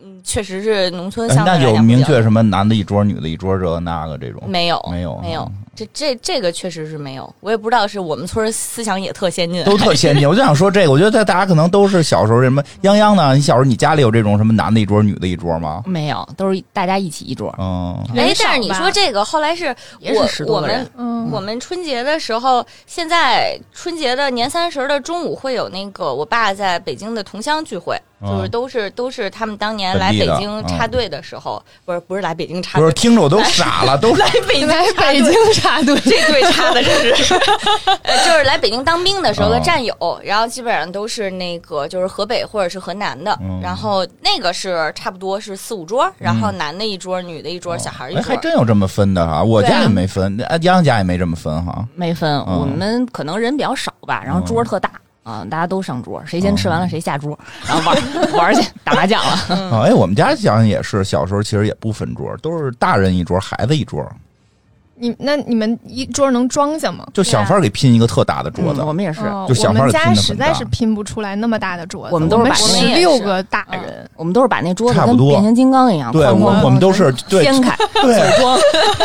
S4: 嗯，确实是农村
S2: 哎
S4: 相对
S2: 那
S4: 来
S2: 有
S4: 讲比
S2: 明
S4: 较
S2: 确什么男的一桌，女的一桌，这个那个这种
S4: 没有
S2: 没有
S4: 没有，这这这个确实是没有，我也不知道是我们村儿思想也特先 进，
S2: 都特先进。我就想说这个，我觉得大家可能都是小时候什么泱泱呢？你小时候你家里有这种什么男的一桌，女的一桌吗？
S3: 没有，都是大家一起一 桌，
S2: 嗯，
S4: 哎
S1: 人，少
S4: 但是你
S1: 吧
S4: 说这个后来是
S3: 也是十
S4: 我
S3: 多
S4: 我
S3: 个
S4: 们
S3: 人
S1: 嗯，
S4: 我们春节的时候，现在春节的年三十的中午会有那个我爸在北京的同乡聚会，
S2: 嗯
S4: 就是都是都是他们当年来
S2: 本地
S4: 北
S2: 的啊
S4: 京插队的时候，不是不是来北京插
S2: 不
S4: 队
S2: 是，听着我都傻 了，都是
S4: 来北京
S1: 来
S4: 插
S1: 北
S4: 队
S1: 京插队，
S4: 这队插的真是，呃就是来北京当兵的时候的
S2: 嗯
S4: 战友，然后基本上都是那个就是河北或者是河南的，
S2: 嗯
S4: 然后那个是差不多是四五桌，然后男的一桌，女的一桌，小孩一
S2: 哎，
S4: 桌
S2: 还。真有这么分的哈，我
S4: 对啊
S2: 家也没分，啊，央家也没这么分哈。
S3: 没分。
S2: 嗯
S3: 我们可能人比较少吧，然后桌特大。啊，大家都上桌，谁先吃完了
S2: 嗯
S3: 谁下桌，然后玩玩去打麻 将了。
S4: 嗯
S2: 啊，哎，我们家想也是，小时候其实也不分桌，都是大人一桌，孩子一桌，
S1: 你那你们一桌能装下吗？
S2: 就
S4: 啊
S2: 想法给拼一个特大的桌子
S3: 嗯我。们也是，
S1: 哦
S2: 就想
S1: 我
S2: 法
S1: 们
S2: 给拼
S1: 家
S2: 得
S1: 实
S2: 很
S1: 在
S2: 大
S1: 是拼不出来那么大的桌子，
S3: 我们都是把那
S1: 十
S4: 个
S1: 六个大人，
S3: 我们都是把那桌子
S2: 差不
S3: 跟
S2: 多
S3: 变形金刚一样，
S2: 对，
S3: 哐哐
S2: 我
S3: 哐
S2: 我们都是对
S3: 掀 开，
S2: 对
S3: 装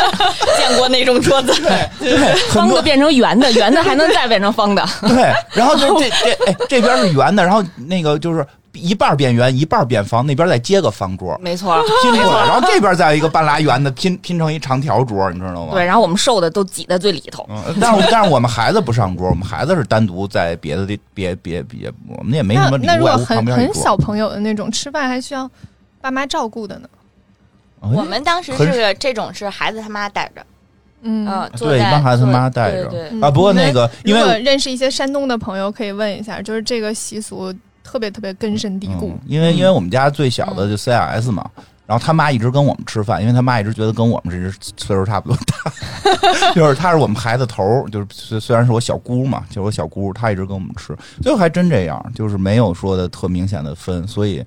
S4: 见过那种桌子，
S2: 对，很
S3: 方
S2: 多
S3: 的变成圆的，圆的还能再变成方的。
S2: 对，然后就这这哎这边是圆的，然后那个就是一半变圆，一半变方，那边再接个方
S1: 哦
S2: 桌
S3: 没错，
S2: 拼过来，然后这边再有一个半拉圆的拼拼成一长条桌，你知道吗？
S3: 对，然后我们瘦的都挤在最里头，
S2: 嗯，但是我但是我们孩子不上桌，我们孩子是单独在别的地别别别，我们也没什
S1: 那
S2: 么
S1: 那
S2: 礼
S1: 如
S2: 物
S1: 果
S2: 外屋旁
S1: 很
S2: 边一
S1: 很
S2: 桌
S1: 小朋友的那种，吃饭还需要爸妈照顾的呢。
S2: 哎
S4: 我们当时
S2: 可是
S4: 是这种是孩子他妈带着，
S1: 嗯，
S4: 嗯，坐
S2: 对
S4: 在
S2: 一般孩子
S4: 坐
S2: 妈带着
S4: 对对
S1: 嗯
S2: 啊，不过那个因
S1: 如果
S2: 为
S1: 认识一些山东的朋友，可以问一下，就是这个习俗特别特别根深蒂固
S2: 嗯。因为因为我们家最小
S4: 嗯
S2: 的就 CIS 嘛。然后他妈一直跟我们吃饭，因为他妈一直觉得跟我们是岁数差不多 大，就是他是我们孩子头儿，就是虽虽然是我小姑嘛，就是我小姑，她一直跟我们吃，最后还真这样，就是没有说的特明显的分，所以，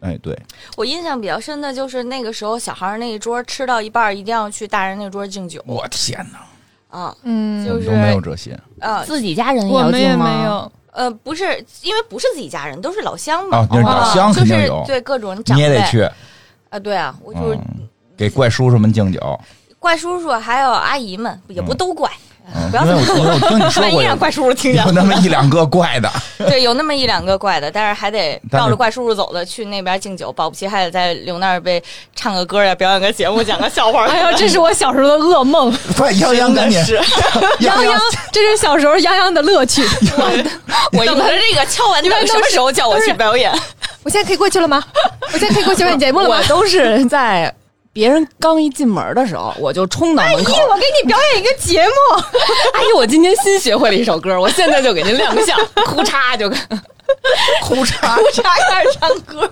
S2: 哎，对，
S4: 我印象比较深的就是那个时候小孩儿那一桌吃到一半儿，一定要去大人那桌敬酒
S2: 我天哪，
S4: 啊
S1: 嗯，
S4: 就是
S2: 都没有这些，
S4: 啊！
S3: 自己家人也
S1: 我
S3: 要
S1: 们也
S3: 敬
S1: 没
S3: 吗？
S1: 有，
S4: 呃，不是，因为不是自己家人，都是老乡嘛，
S2: 啊，那老乡
S4: 就
S2: 肯定
S4: 是
S2: 有，
S4: 对各种长
S2: 你也
S4: 辈
S2: 得去，
S4: 啊，对啊，我就是
S2: 嗯，给怪叔叔们敬酒。
S4: 怪叔叔还有阿姨们，也不都怪，
S2: 嗯，
S4: 哎不要
S2: 因为我因为我听你说
S4: 万一
S3: 哎
S2: 过
S4: 让
S2: 有
S4: 怪叔叔听见
S2: 有
S4: 了，
S2: 那么一两个怪的，
S4: 对，有那么一两个怪的，但是还得
S2: 但是
S4: 绕着怪叔叔走的去那边敬酒，保不齐还得在刘那儿被唱个歌呀，表演个节目，讲个笑话。
S3: 哎呦，这是我小时候的 噩梦，
S2: 快泱泱赶紧，
S3: 杨
S1: 哎
S2: 泱
S3: 洋，这是小时候杨洋的乐趣。
S4: 我一般这个敲完
S3: 你们
S4: 等
S3: 都
S4: 什么
S3: 是
S4: 时候叫我
S3: 都
S4: 去
S3: 是
S4: 表演？
S1: 我现在可以过去了吗？我现在可以过去表演节目了
S3: 我
S1: 吗？
S3: 都是在别人刚一进门的时候， 我就冲到门口。
S1: 我给你表演一个节目，
S3: 阿姨，哎我今天新学会了一首歌，我现在就给您亮 相，哭嚓就。
S2: 哭嚓，
S4: 不差开始唱歌，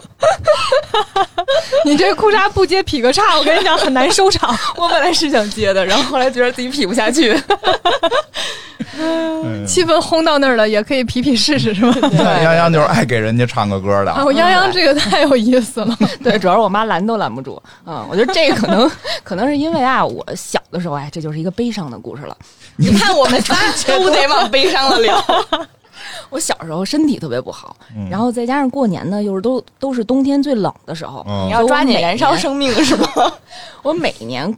S1: 你这裤衩不接劈个叉，我跟你讲很难收场。
S3: 我本来是想接的，然后后来觉得自己劈不下去。
S2: 嗯
S1: 气氛轰到那儿了，也可以皮皮试试是吧？
S2: 你 看泱泱就是爱给人家唱个歌
S1: 啊，
S2: 的，
S1: 我泱泱这个太有意思
S2: 嗯
S1: 了，
S3: 对，主要是我妈拦都拦不住。嗯，我觉得这个可能 可能是因为啊，我小的时候，哎，这就是一个悲伤的故事了。
S4: 你看我 们仨都得往悲伤了聊。
S3: 我小时候身体特别不好，
S2: 嗯
S3: 然后再加上过年呢，又是都都是冬天最冷的时候，
S2: 嗯
S4: 你要抓紧燃烧生命是 吧？
S3: 我每年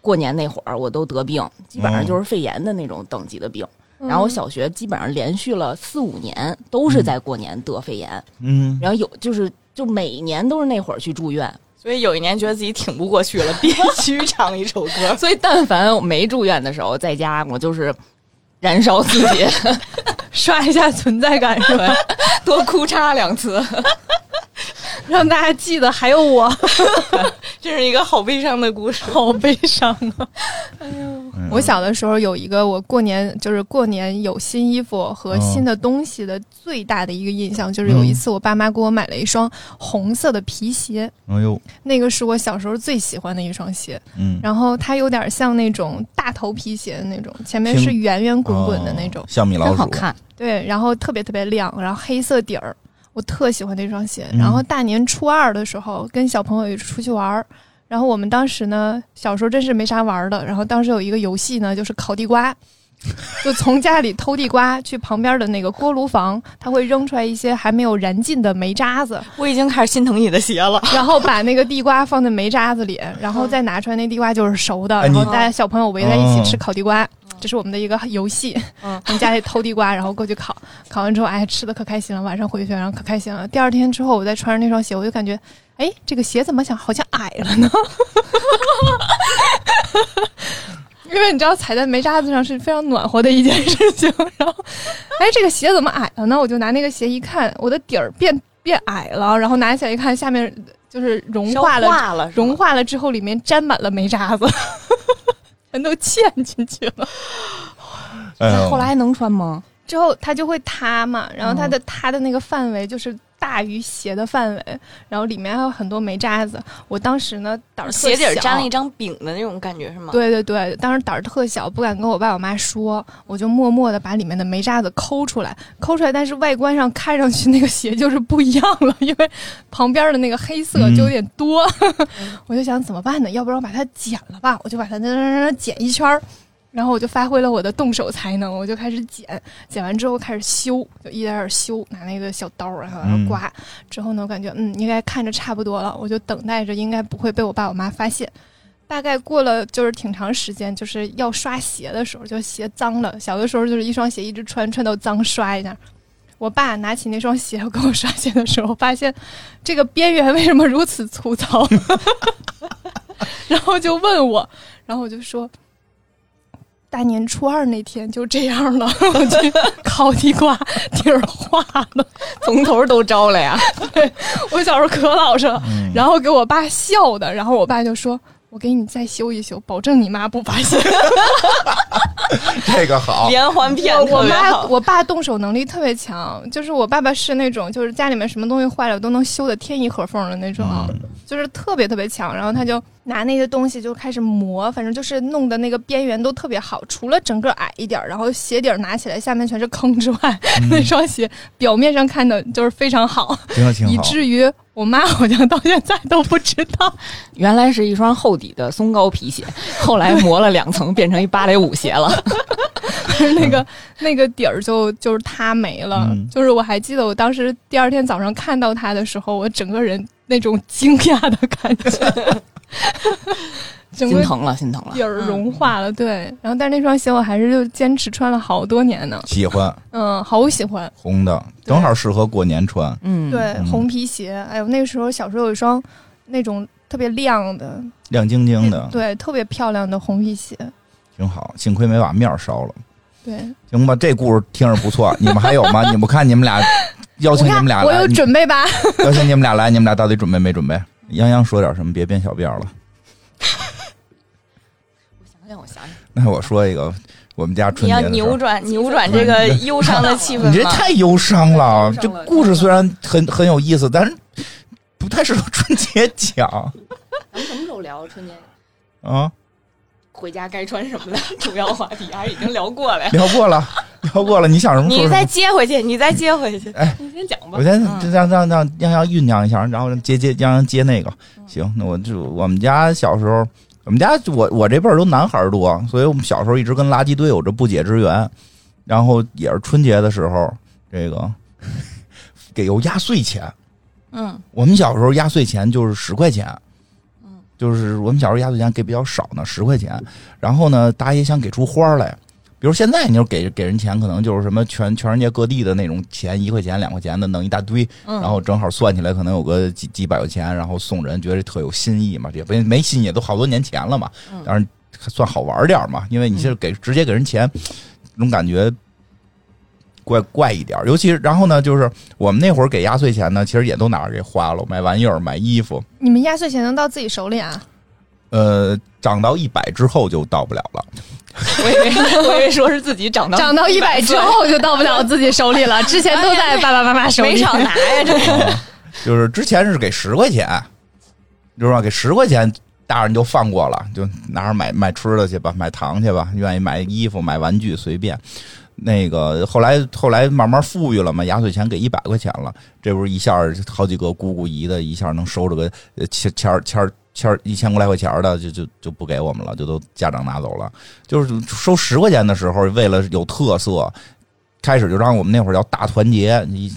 S3: 过年那会儿我都得病，基
S2: 嗯
S3: 本上就是肺炎的那种等级的病。
S4: 嗯
S3: 然后我小学基本上连续了四五年都是在过年得肺炎，
S2: 嗯，
S3: 然后有就是就每年都是那会儿去住院，
S4: 所以有一年觉得自己挺不过去了，必须唱一首 歌。
S3: 所以但凡我没住院的时候在家，我就是燃烧自己，
S1: 刷一下存在感是吧？
S3: 多哭嚓两 次。
S1: 让大家记得还有我，
S4: 这是一个好悲伤的故事。
S1: 好悲伤啊！
S2: 嗯
S1: 我小的时候有一个我过年就是过年有新衣服和
S2: 嗯
S1: 新的东西的最大的一个印象，就是有一次我爸妈给我买了一双红色的皮鞋，
S2: 哎呦，
S1: 那个是我小时候最喜欢的一双鞋，
S2: 嗯，
S1: 然后它有点像那种大头皮鞋的那种，前面是
S2: 听
S1: 圆圆滚滚的那
S2: 哦
S1: 种，
S2: 像米老
S3: 真
S2: 鼠
S3: 好，看，
S1: 对，然后特别特别亮，然后黑色底儿，我特喜欢那双鞋。
S2: 嗯
S1: 然后大年初二的时候，跟小朋友一起出去玩儿，然后我们当时呢，小时候真是没啥玩儿的，然后当时有一个游戏呢，就是烤地 瓜。就从家里偷地瓜，去旁边的那个锅炉房，他会扔出来一些还没有燃尽的煤渣子，
S4: 我已经开始心疼你的鞋了。
S1: 然后把那个地瓜放在煤渣子里，然后再拿出来，那地瓜就是熟的，
S2: 哎
S1: 然后
S2: 你
S1: 大家小朋友围在一起吃
S2: 嗯
S1: 烤地瓜，这是我们的一个游戏。
S4: 嗯
S1: 从家里偷地瓜，然后过去烤，烤完之后，哎，吃的可开心了，晚上回去然后可开心了。第二天之后，我再穿上那双鞋，我就感觉，哎，这个鞋怎么想好像矮了呢？ 因为你知道踩在煤渣子上是非常暖和的一件事情，然后，哎，这个鞋怎么矮了呢？我就拿那个鞋一看，我的底儿变变矮了，然后拿起来一看，下面就是融化了，
S4: 化了，
S1: 融化了之后里面沾满了煤渣子， 全都嵌进去了。
S2: 哎
S3: 那
S2: 呦
S3: 后来还能穿吗？
S1: 之后它就会塌嘛，然后它的塌的那个范围就是大于鞋的范围，然后里面还有很多煤渣子。我当时呢胆儿特
S4: 鞋底儿
S1: 小
S4: 沾了一张饼的那种感觉是吗？，
S1: 对对对，当时胆儿特小，不敢跟我爸我妈说，我就默默的把里面的煤渣子抠出来，抠出来，但是外观上看上去那个鞋就是不一样了，因为旁边的那个黑色就有点多， 我就想怎么办呢？要不然我把它剪了吧，我就把它那那那剪一圈儿。然后我就发挥了我的动手才能，我就开始剪，剪完之后开始修，就一点点修，拿那个小刀儿然后然后
S2: 嗯
S1: 刮。之后呢，我感觉嗯应该看着差不多了，我就等待着应该不会被我爸我妈发现。大概过了就是挺长时间，就是要刷鞋的时候，就鞋脏了。小的时候就是一双鞋一直穿，穿到脏刷一下。我爸拿起那双鞋给我刷鞋的时候，发现这个边缘为什么如此粗糙， 然后就问我，然后我就说。大年初二那天就这样了，我去烤地瓜，底儿化了。
S3: 从头都招了呀！
S1: 我小时候可老实了，
S2: 嗯
S1: 然后给我爸笑的，然后我爸就说：“我给你再修一修，保证你妈不发现。
S2: 这个好，
S4: 连环片
S1: 我我
S4: 特别
S1: 妈
S4: 好。
S1: 我爸动手能力特别强，就是我爸爸是那种就是家里面什么东西坏了都能修的天衣无缝的那种，
S2: 嗯
S1: 就是特别特别强。然后他就拿那些东西就开始磨，反正就是弄的那个边缘都特别好，除了整个矮一点儿，然后鞋底儿拿起来下面全是
S2: 嗯
S1: 坑之外，那双鞋表面上看的就是非常好。
S2: 挺好挺
S1: 以
S2: 好，
S1: 至于我我妈 好像到现在都不知道。
S3: 原来是一双厚底的松糕皮鞋，后来磨了两 层，变成一芭蕾舞鞋 了。
S1: 那个那个底儿就就是塌没了、
S2: 嗯
S1: 就是我还记得我当时第二天早上看到它的时候，我整个人那种惊讶的感觉，整
S3: 心
S1: 个
S3: 疼了，心疼了
S1: 底。儿融化了。对，然后但是那双鞋我还是就坚持穿了好多年呢，
S2: 喜欢
S1: 嗯，好喜欢。
S2: 红的，
S1: 对
S2: 正好适合过年穿。
S3: 嗯，
S1: 对，
S2: 嗯
S1: 红皮鞋，哎呦，那时候小时候有一双那种特别亮的，
S2: 亮晶晶的，
S1: 对，特别漂亮的红皮鞋。
S2: 挺好。幸亏没把面儿烧了，
S1: 对，
S2: 行吧？这故事听着不错，你们还有吗？你们看你们 俩，邀
S1: 我
S2: 请你
S1: 看
S2: 们俩
S1: 我有
S2: 来，你
S1: 准备吧？
S2: 邀请你们俩来，你们俩到底准备没准备？泱泱说点什么，别编小辫 儿了。
S3: 想想我想想，
S2: 那我说一个，我们家春
S4: 你
S2: 节
S4: 要
S2: 的事
S4: 扭
S2: 儿。
S4: 转扭转这个忧伤的气氛
S2: 你这
S4: 嘛。
S2: 太忧伤了，
S3: 太
S2: 这
S3: 忧伤了
S2: 故事虽然很很有意思，但是不太适合春节讲
S3: 咱们什么时候聊春节？
S2: 啊。
S3: 回家该穿什么的 主要话题还是已经聊过了呀。
S2: 聊过了，聊过了，你想什么说
S4: 你
S2: 什
S4: 再
S2: 么。
S4: 接回去，你再接回去。
S3: 你先讲吧
S2: 我。先
S4: 嗯
S2: 让让让让让酝酿一下，然后接接让让接那个。
S4: 嗯
S2: 行，那我就我们家小时候，我们家我我这辈儿都男孩儿多，所以我们小时候一直跟垃圾堆有着不解之缘。然后也是春节的时候，这个给有压岁钱。
S4: 嗯，
S2: 我们小时候压岁钱就是十块钱，
S4: 嗯，
S2: 就是我们小时候压岁钱给比较少呢，十块钱。然后呢，大家也想给出花儿来，比如现在你就给给人钱，可能就是什么全全世界各地的那种钱，一块钱、两块钱的弄一大堆，
S4: 嗯
S2: 然后正好算起来可能有个几几百块钱，然后送人，觉得特有新意嘛，也没没新意，都好多年前了嘛
S4: 嗯，
S2: 当然算好玩点儿嘛，因为你是给直接给人钱，那种感觉。怪怪一点儿，尤其是然后呢，就是我们那会儿给压岁钱呢，其实也都拿着给花了，买玩意儿、买衣服，
S1: 你们压岁钱能到自己手里啊？
S2: 呃，涨到一百之后就到不了了。
S3: 我以为我以为说是自己长到
S1: 涨到一百之后就到不了自己手里 了，之前都在爸爸妈妈手里。
S4: 没少拿呀，这
S2: 就是之前是给十块钱，你知道吧？给十块钱，大人就放过了，就拿着买买吃的去吧，买糖去吧，愿意买衣服、买玩具随便。那个后来后来慢慢富裕了嘛，压岁钱给一百块钱了，这不是一下儿好几个姑姑姨的，一下儿能收着个呃千千儿千儿千儿一千过来块钱儿的，就就就不给我们了，就都家长拿走了。就是收十块钱的时候，为了有特色，开始就让我们那会儿叫大团结，你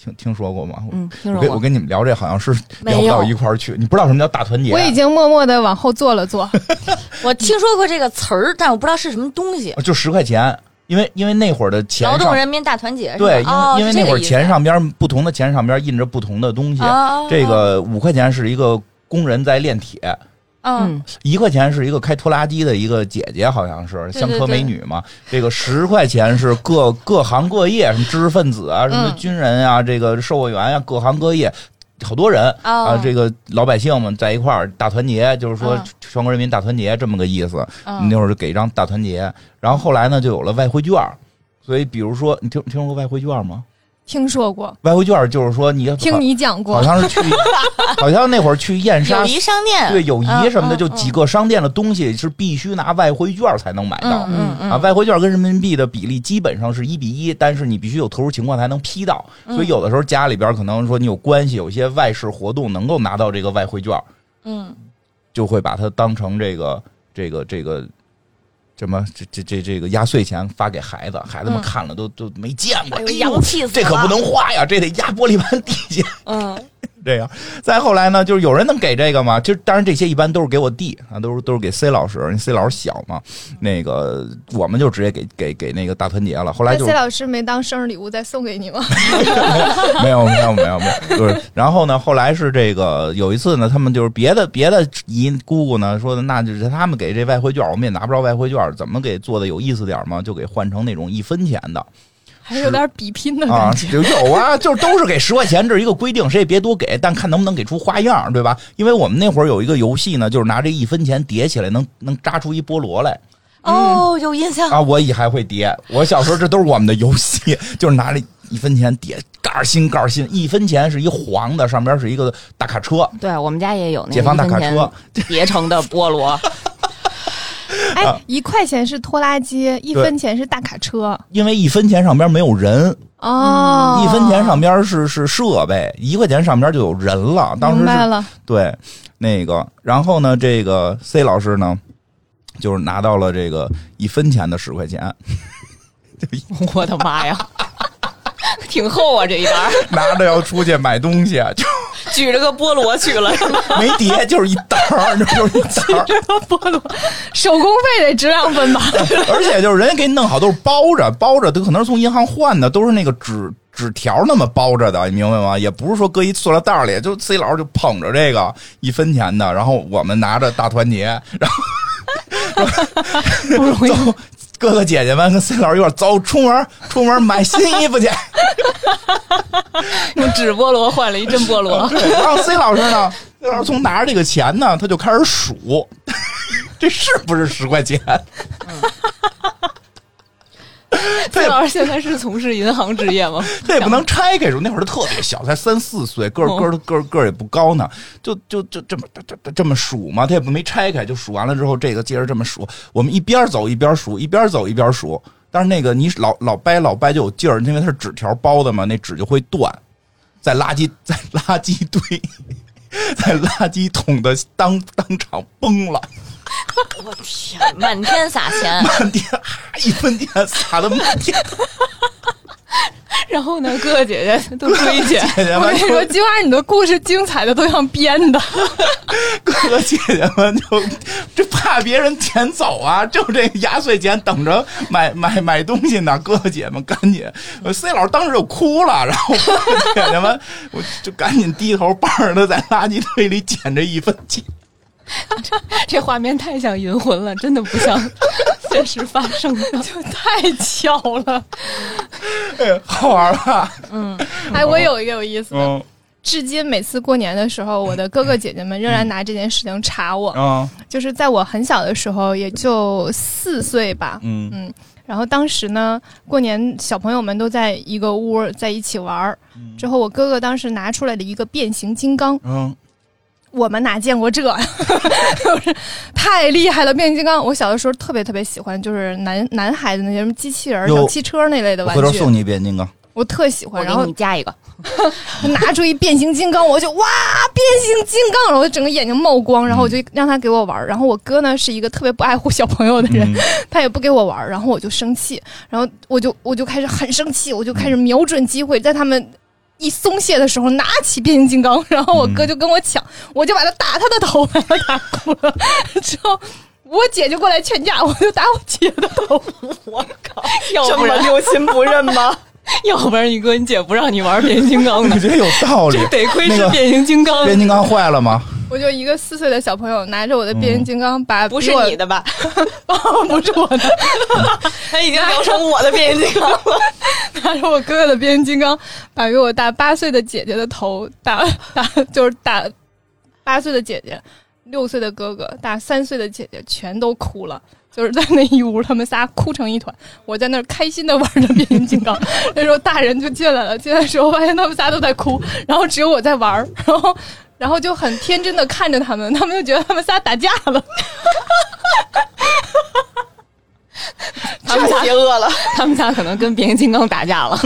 S2: 听听说过吗？我
S3: 嗯，听
S2: 我跟我跟你们聊这好像是聊
S3: 没
S2: 不到
S3: 有
S2: 一块儿去，你不知道什么叫大团结。
S1: 我已经默默的往后坐了 坐，
S4: 我听说过这个词儿，但我不知道是什么东西。
S2: 就十块钱，因为因为那会儿的钱
S4: 劳
S2: 上
S4: 动人民大团结是吧？
S2: 对，因为、
S4: 哦
S2: 因为
S4: 是这
S2: 那
S4: 个
S2: 会儿
S4: 意思
S2: 钱上边儿不同的钱上边儿印着不同的东西。
S4: 哦
S2: 这个五块钱是一个工人在炼铁，
S4: 嗯
S3: 嗯，
S2: 一块钱是一个开拖拉机的一个姐姐，好像是
S4: 对
S2: 香
S4: 对
S2: 车
S4: 对
S2: 美女嘛。这个十块钱是各各行各业，什么知识分子啊，什么
S4: 嗯
S2: 军人啊，这个售货员啊，各行各业。好多人啊，
S4: 哦
S2: 这个老百姓们在一块儿大团结，就是说
S4: 嗯
S2: 全国人民大团结这么个意思。
S4: 嗯
S2: 那会儿就给一张大团结，然后后来呢就有了外汇券儿，所以比如说你听听说过外汇券儿吗？
S1: 听说过，
S2: 外汇券儿就是说你
S1: 听你讲
S2: 好好
S1: 过，
S2: 像是去，好像那会儿去燕
S4: 友
S2: 莎
S4: 谊商店
S2: 嗯对友谊什么的，
S4: 嗯
S2: 就几个商店的东西是必须拿外汇券才能买到。
S4: 嗯嗯嗯
S2: 啊，外汇券跟人民币的比例基本上是一比一，但是你必须有特殊情况才能批到，
S4: 嗯
S2: 所以有的时候家里边可能说你有关系，有一些外事活动能够拿到这个外汇券，
S4: 嗯
S2: 就会把它当成这个这个这个什么这这这这个压岁钱发给孩子，孩子们
S4: 嗯
S2: 看了都、都没见过，
S4: 哎
S2: 哎
S4: 呦
S2: 呦
S4: 洋气死了
S2: 这可不能花呀，这得压玻璃盘底下。
S4: 嗯
S2: 这样。再后来呢，就是有人能给这个吗？就当然这些一般都是给我弟啊，都是都是给 C 老师，因为 C 老师小嘛，那个我们就直接给给给那个大团结了。后来
S1: 那
S2: 就
S1: 谢老师没当生日礼物再送给你 吗？
S2: 没有没有没有没有，就是然后呢，后来是这个有一次呢，他们就是别的别的姨姑姑呢说的，那就是他们给这外汇券，我们也拿不着外汇券，怎么给做的有意思点嘛？就给换成那种一分钱的
S1: 还是有点比拼的
S2: 啊
S1: 感，觉。
S2: 就有啊，就是都是给十块钱，这是一个规定，谁也别多给，但看能不能给出花样，对吧？因为我们那会儿有一个游戏呢，就是拿这一分钱叠起来能能扎出一菠萝 来。
S4: 哦，有印象。
S2: 啊，我以还会叠。我小时候这都是我们的游戏，就是拿着一分钱叠盖儿心盖儿心，一分钱是一黄的，上边是一个大卡车。
S3: 对我们家也有那个
S2: 解放大
S3: 一
S2: 卡
S3: 分
S2: 车
S3: 钱叠成的菠萝。
S1: 哎，一块钱是拖拉机，一
S2: 啊对
S1: 分钱是大卡车
S2: 因为一分钱上边没有人，
S1: 哦。
S2: 嗯一分钱上边是是设备，一块钱上边就有人了。当时
S1: 明白
S2: 是
S1: 了，
S2: 对那个，然后呢，这个 C 老师呢，就是拿到了这个一分钱的十块钱，
S4: 我的妈呀， 挺厚啊这一沓，
S2: 拿着要出去买东西，啊就
S4: 举着个菠萝去 了，
S2: 没碟，就是一沓儿，你知道就是一沓儿。
S1: 菠萝，手工费得值两 分吧？
S2: 而且就是人家给你弄好都是包着，包着都可能是从银行换的，都是那个纸纸条那么包着的，你明白吗？也不是说搁一塑料袋里，就 C 老师就捧着这个一分钱的，然后我们拿着大团结，然后 不容易。哥哥姐姐们跟 C 老师一块儿走，出门出门买新衣服去。
S4: 用纸菠萝换了一真菠萝。
S2: 对然后 C 老师呢，C 老师从拿着这个钱呢，他就开始数， 这是不是十块钱？他
S4: 费
S2: 也
S4: 老师现在是从事银行职业吗？
S2: 他也不能拆开住，那会儿他特别小，才三四岁，个儿
S1: 哦
S2: 个儿个儿个儿也不高呢，就就就这么这这这这么数嘛，他也不没拆开，就数完了之后，这个接着这么数，我们一边走一边数，一边走一边数。但是那个你老老掰老掰就有劲儿，因为它是纸条包的嘛，那纸就会断，在垃圾 在垃圾堆，在垃圾桶的当当场崩了，
S4: 我天，满天撒 钱，
S2: 满天啊一分钱撒的满天，
S4: 然后呢，哥哥姐姐都追去。
S2: 姐姐
S1: 我跟
S2: 们
S1: 你说，今晚你的故事精彩的都像编的，
S2: 哥哥姐姐们就这怕别人捡走啊，就这压岁钱等着买买买东西呢。哥哥姐姐们赶紧呃，C 老师当时就哭了，然后哥哥姐姐们我就赶紧低头帮着他在垃圾堆里捡这一分钱。
S4: 这画面太像银魂了，真的不像现实发生的，就太巧 了。
S2: 哎，好玩吧？
S1: 哎，我有一个有意思的，
S2: 嗯
S1: 至今每次过年的时候，我的哥哥姐姐们仍然拿这件事情查我。
S2: 嗯
S1: 就是在我很小的时候，也就四岁吧，
S2: 嗯
S1: 然后当时呢，过年小朋友们都在一个屋儿在一起玩儿。之后我哥哥当时拿出来的一个变形金刚，
S2: 嗯，
S1: 我们哪见过这？就是 太厉害了！变形金刚，我小的时候特别特别喜欢，就是男男孩子那些什么机器人儿、
S2: 哟
S1: 小汽车那类的玩
S2: 回头
S1: 具，
S2: 送你一变形金刚。
S1: 我特喜欢。
S3: 我
S1: 然
S3: 给
S1: 后
S3: 你加一个，
S1: 他 拿出一变形金刚，我就哇，变形金刚！然后我整个眼睛冒光，然后我就让他给我玩儿。然后我哥呢是一个特别不爱护小朋友的人，
S2: 嗯
S1: 他也不给我玩儿，然后我就生气，然后我就我就开始很生气，我就开始瞄准机会，在他们一松懈的时候拿起变形金刚，然后我哥就跟我抢，我就把他打他的头，把他打哭了，之后。我姐就过来劝架，我就打我姐的头。
S4: 我靠，要不然六亲不认 吗？要不然你哥你姐不让你玩变形金刚呢
S2: 我，觉得有道理
S4: 这。得亏
S2: 那
S4: 是
S2: 个
S4: 变形金刚，
S2: 变形金刚坏了吗？
S1: 我就一个四岁的小朋友拿着我的变形金刚，把
S4: 不是你的 吧？
S1: 的，不是我的，
S4: 他已经聊成我的变形金刚了。
S1: 拿着我哥哥的变形金刚，把比我大八岁的姐姐的头打打，就是打八岁的姐姐、六岁的哥哥、大三岁的姐姐全都哭了。就是在那一屋，他们仨哭成一团。我在那儿开心的玩着变形金刚， 那时候大人就进来了。进来的时候发现他们仨都在哭，然后只有我在玩儿，然后然后就很天真的看着他们，他们就觉得他们仨打架了。
S4: 他们邪恶了， 他们仨可能跟变形金刚打架 了，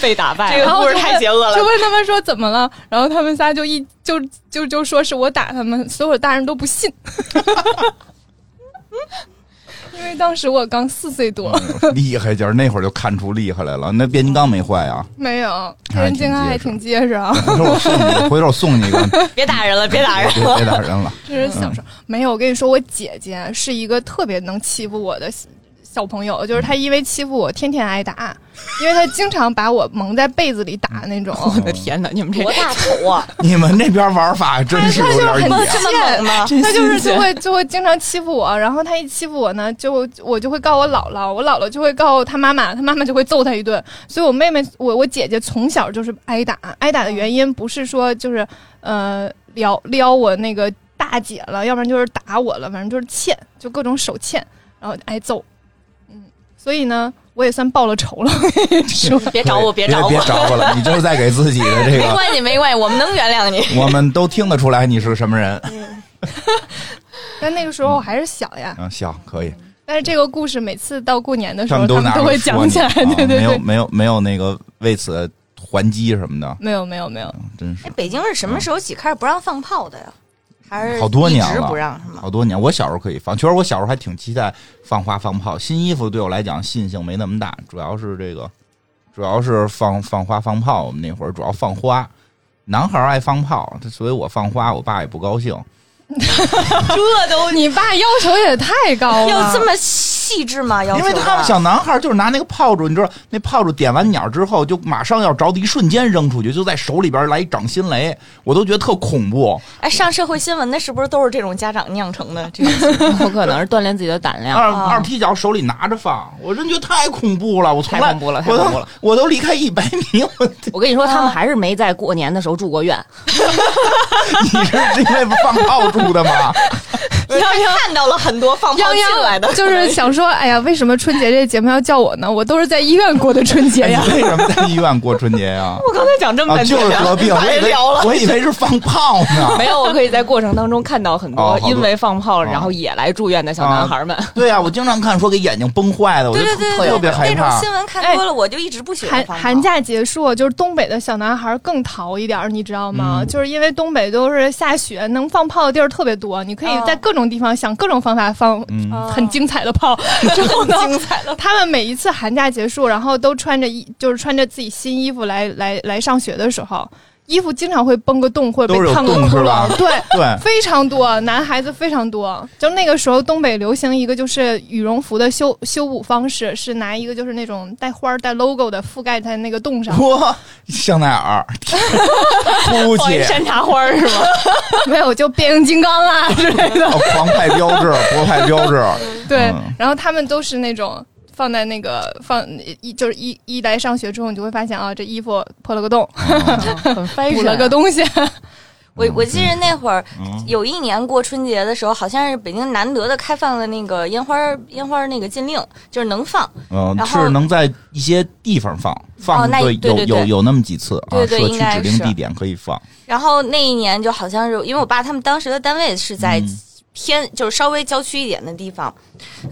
S4: 被打败了。
S1: 然后就问就
S4: 就
S1: 问他们说怎么了，然后他们仨就一就就就说是我打他们，所有的大人都不信， 因为当时我刚四岁
S2: 嗯
S1: 多，
S2: 厉害劲儿，那会儿就看出厉害来了。那变形金刚没坏啊，
S1: 没有，
S2: 还
S1: 人健康还
S2: 挺
S1: 挺结实啊，
S2: 回头我送你，回头我送你一个，
S4: 别打人了，别打人
S2: 别
S4: 了
S2: 别。打人了。
S1: 这是小时候没有。我跟你说，我姐姐是一个特别能欺负我的小。小朋友就是她，因为欺负我，天天挨打，因为她经常把我蒙在被子里打那种。
S4: 我的天哪，你们这
S3: 多大仇啊！
S2: 你们那边玩法真是有点
S1: 哎
S2: 野
S1: 他就是很贱
S4: 这么猛吗？
S1: 他就是就
S4: 真
S1: 会就会经常欺负我，然后他一欺负我呢，就我就会告我姥姥，我姥姥就会告他妈妈，他妈妈就会揍他一顿。所以我妹妹，我我姐姐从小就是挨打，挨打的原因不是说就是呃撩撩我那个大姐了，要不然就是打我了，反正就是欠，就各种手欠，然后挨揍。嗯，所以呢，我也算报了仇了。
S4: 心别找我，
S2: 别
S4: 找我，
S2: 别找我了，你就是在给自己的这
S4: 没
S2: 个，
S4: 关系，没关系，我们能原谅你。
S2: 我们都听得
S1: 嗯
S2: 出来你是个什么人。
S1: 但那个时候我还是小呀，
S2: 嗯，行，可以。
S1: 但是这个故事每次到过年的时
S2: 他
S1: 候，
S2: 们
S1: 他
S2: 都
S1: 们
S2: 拿
S1: 都
S2: 着
S1: 会
S2: 说
S1: 讲
S2: 你
S1: 起来，
S2: 啊
S1: 对对
S2: 没有
S1: 对，
S2: 没有没有那个为此还击什么的，
S1: 没有没有没有，
S2: 真是
S4: 哎，北京是什么时候起开始不让放炮的呀？还是
S2: 好多年
S4: 一直
S2: 了
S4: 不让是吗？
S2: 好多年。我小时候可以放，其实我小时候还挺期待放花放炮。新衣服对我来讲吸引性没那么大，主要是这个，主要是放放花放炮。我们那会儿主要放花，男孩儿爱放炮，所以我放花，我爸也不高兴。
S1: 这都 你爸要求也太高了，
S4: 要这么细致吗？要求
S2: 因为他们
S4: 的
S2: 小男孩就是拿那个炮竹，你知道那炮竹点完鸟之后，就马上要着的，一瞬间扔出去，就在手里边来一掌心雷，我都觉得特恐怖。
S4: 哎，上社会新闻的是不是都是这种家长酿成的？ 这种
S3: 有可能是锻炼自己的胆量。
S2: 二二踢脚手里拿着放，我真觉得太恐怖了。我从来
S3: 太恐怖了太恐怖了
S2: 我都，我都离开一百米，我
S3: 我跟你说，他
S4: 啊
S3: 们还是没在过年的时候住过院，
S2: 你是因为放炮竹的 吗？
S4: 你要看到了很多放炮
S1: 泱
S4: 进来的
S1: 泱，就是想说，哎呀，为什么春节这节目要叫我呢？我都是在医院过的春节 呀。
S2: 哎你为什么在医院过春节 呀、
S4: 我刚才讲这么
S2: 啊？
S4: 半
S2: 就
S4: 天
S2: 是
S4: 啊，
S2: 得 病，
S4: 把
S2: 我以
S4: 人
S2: 为
S4: 聊了。
S2: 我以为是放炮 呢。
S3: 没有，我可以在过程当中看到很
S2: 哦好
S3: 多
S2: 多啊
S3: 因为放炮
S2: 哦
S3: 然后也来住院的小男孩们。
S2: 对呀、我经常看说给眼睛崩坏的，我就
S4: 对对对对，
S2: 特别
S4: 对
S2: 害
S4: 那
S2: 怕
S4: 种。新闻看多了，我就一直不喜欢
S1: 寒
S4: 放炮。
S1: 寒假结束，就是东北的小男孩更淘一点儿，你知道吗？就是因为东北都是下雪，能放炮的地儿特别多，你可以在
S4: 哦
S1: 各种地方想各种方法放
S2: 嗯
S4: 哦
S1: 很精彩的 炮。之后 呢，
S4: 精彩了，
S1: 他们每一次寒假结束，然后都穿着衣，就是穿着自己新衣服来来来上学的时候，衣服经常会崩个洞或者
S2: 都是
S1: 被
S2: 有
S1: 烫个
S2: 洞
S1: 窟
S2: 是吧
S1: 窿，对。
S2: 对，。
S1: 非常多，男孩子非常多。就那个时候，东北流行一个就是羽绒服的修修补方式，是拿一个就是那种带花儿、带 logo 的覆盖在那个洞上
S2: 我香奈儿、 哭
S4: 放一
S2: 泣、
S4: 山茶花儿是吗？
S1: 没有，就变形金刚 啊之类的。
S2: 哦黄派标志、博派标 志，
S1: 对
S2: 嗯，
S1: 然后他们都是那种放在那个放一就是一一来上学之后，你就会发现啊，这衣服破了个洞，
S3: 很
S2: 哎
S3: 啊 f
S1: 补了个东 西。
S4: 我我记得那会儿
S2: 嗯
S4: 有一年过春节的时候，好像是北京难得的开放了那个烟花烟花那个禁令，就是能放。
S2: 嗯，
S4: 然后
S2: 是能在一些地方放放，
S4: 哦那
S2: 对，
S4: 对
S2: 有
S4: 对
S2: 有
S4: 对
S2: 有那么几次啊，
S4: 对
S2: 社
S4: 对
S2: 区
S4: 应该
S2: 指定
S4: 是
S2: 地点可以放，
S4: 然后那一年就好像是因为我爸他们当时的单位是在
S2: 嗯
S4: 偏就是稍微郊区一点的地方，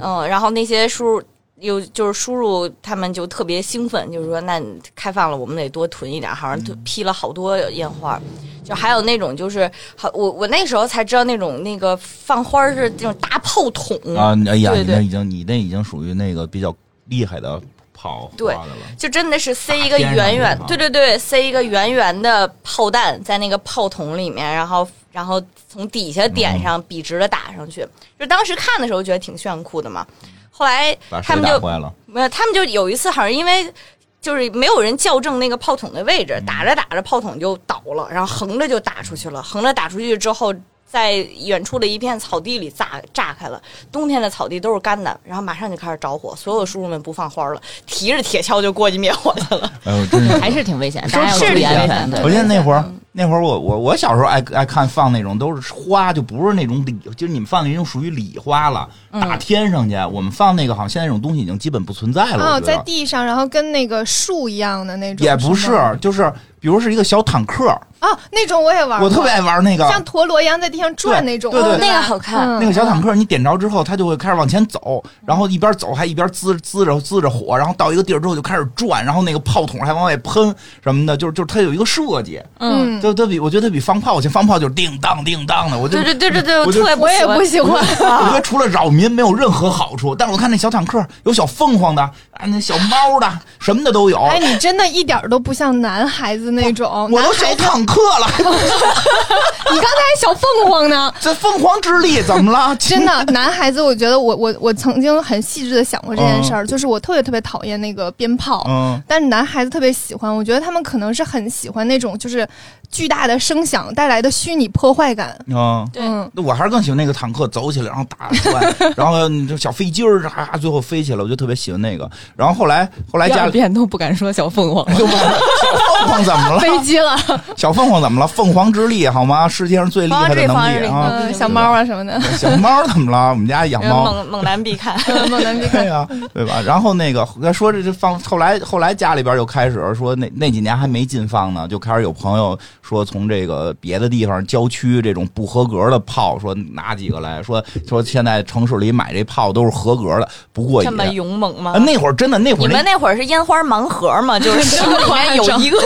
S4: 嗯、然后那些叔有就是叔叔他们就特别兴奋，就是说那开放了，我们得多囤一点，好像囤批了好多烟花。就还有那种就是好，我我那时候才知道那种那个放花是那种大炮筒
S2: 啊，哎呀，
S4: 嗯
S2: 你
S4: 对对
S2: 那已经你那已经属于那个比较厉害的跑
S4: 对
S2: 花的了，
S4: 就真的是塞一个
S2: 边上
S4: 圆
S2: 那
S4: 圆
S2: 个炮，
S4: 对对对，塞一个圆圆的炮弹在那个炮筒里面，然后然后从底下
S2: 嗯
S4: 点上笔直的打上去。就当时看的时候觉得挺炫酷的嘛，后来
S2: 把
S4: 他
S2: 谁
S4: 们
S2: 打
S4: 就
S2: 坏了？
S4: 没有，他们就有一次好像因为。就是没有人校正那个炮筒的位置，打着打着炮筒就倒了，然后横着就打出去了，横着打出去之后，在远处的一片草地里炸炸开了。冬天的草地都是干的，然后马上就开始着火，所有叔叔们不放花了，提着铁锹就过去灭火去了。
S2: 哎呦，真是。
S3: 还是挺危险，大家要注
S2: 是
S3: 意
S2: 挺
S3: 安
S2: 危
S3: 全。
S2: 我
S3: 对，
S2: 记得那会儿，那会儿我我我小时候爱爱看放那种都是花，就不是那种礼，就是你们放那种属于礼花了，
S1: 嗯
S2: 打天上去。我们放那个好像现在那种东西已经基本不存在了。
S1: 哦，
S2: 我觉
S1: 在
S2: 得
S1: 地上，然后跟那个树一样的那种，
S2: 也不是
S1: 吗，
S2: 就是比如是一个小坦克，
S1: 哦，那种我也玩过，
S2: 我特别爱玩那个。
S1: 像陀螺一样在地上转
S2: 对
S1: 那种，
S2: 对对
S1: 吧
S4: 那个好看
S1: 嗯
S2: 那个小坦克，你点着之后，它就会开始往前走，然后一边走还一边滋滋着滋着火，然后到一个地儿之后就开始转，然后那个炮筒还往外喷什么的，就是就是它有一个设计，
S4: 嗯，
S1: 嗯，
S2: 就它比我觉得它比放炮去，放炮就是叮当叮当的，我就
S4: 对对对对对，
S2: 我就
S4: 特 别
S1: 我啊也
S4: 喜欢
S1: 不喜欢。
S2: 我觉得除了扰民没有任何好处。但是我看那小坦克有小凤凰的，啊，那小猫的，什么的都有。
S1: 哎，你真的一点儿都不像男孩子那种，
S2: 我
S1: 男
S2: 都
S1: 孩
S2: 小
S1: 子，
S2: 坦克了，
S1: 你刚才还小凤凰呢。
S2: 这凤凰之力怎么了？
S1: 真的，男孩子，我觉得我我我曾经很细致的想过这件事儿，就是我特别特别讨厌那个鞭炮，
S2: 嗯，
S1: 但是男孩子特别喜欢。我觉得他们可能是很喜欢那种就是巨大的声响带来的虚拟破坏感。
S2: 嗯。
S4: 对
S1: 嗯，
S2: 那我还是更喜欢那个坦克走起来，然后打出 来，然后你就小飞机儿啊，最后飞起来，我就特别喜欢那个。然后后来后来
S3: 第
S2: 家
S3: 二
S2: 里。
S3: 遍都不敢说小凤凰
S2: 就问我小凤凰怎么 了？
S1: 飞机了，
S2: 小凤凰怎么了？凤凰之力好吗？世界上最厉害的
S4: 凤凰
S2: 能
S4: 之
S2: 力
S4: 力
S2: 啊！
S1: 嗯，小猫啊什么的，
S2: 小猫怎么了？我们家养 猫，
S3: 呃
S4: 猛猛男必看。
S1: 猛男必
S2: 对
S1: 看。
S2: 呀、对吧？然后那个说这就放，后来后来家里边就开始说那那几年还没禁放呢，就开始有朋友说从这个别的地方郊区这种不合格的炮，说拿几个来说说现在城市里买这炮都是合格的，不过瘾
S4: 这。么勇猛吗
S2: 啊，？那会儿真的，那会
S4: 你
S2: 儿那
S4: 们那会儿是烟花盲盒 吗？就是手里面有一个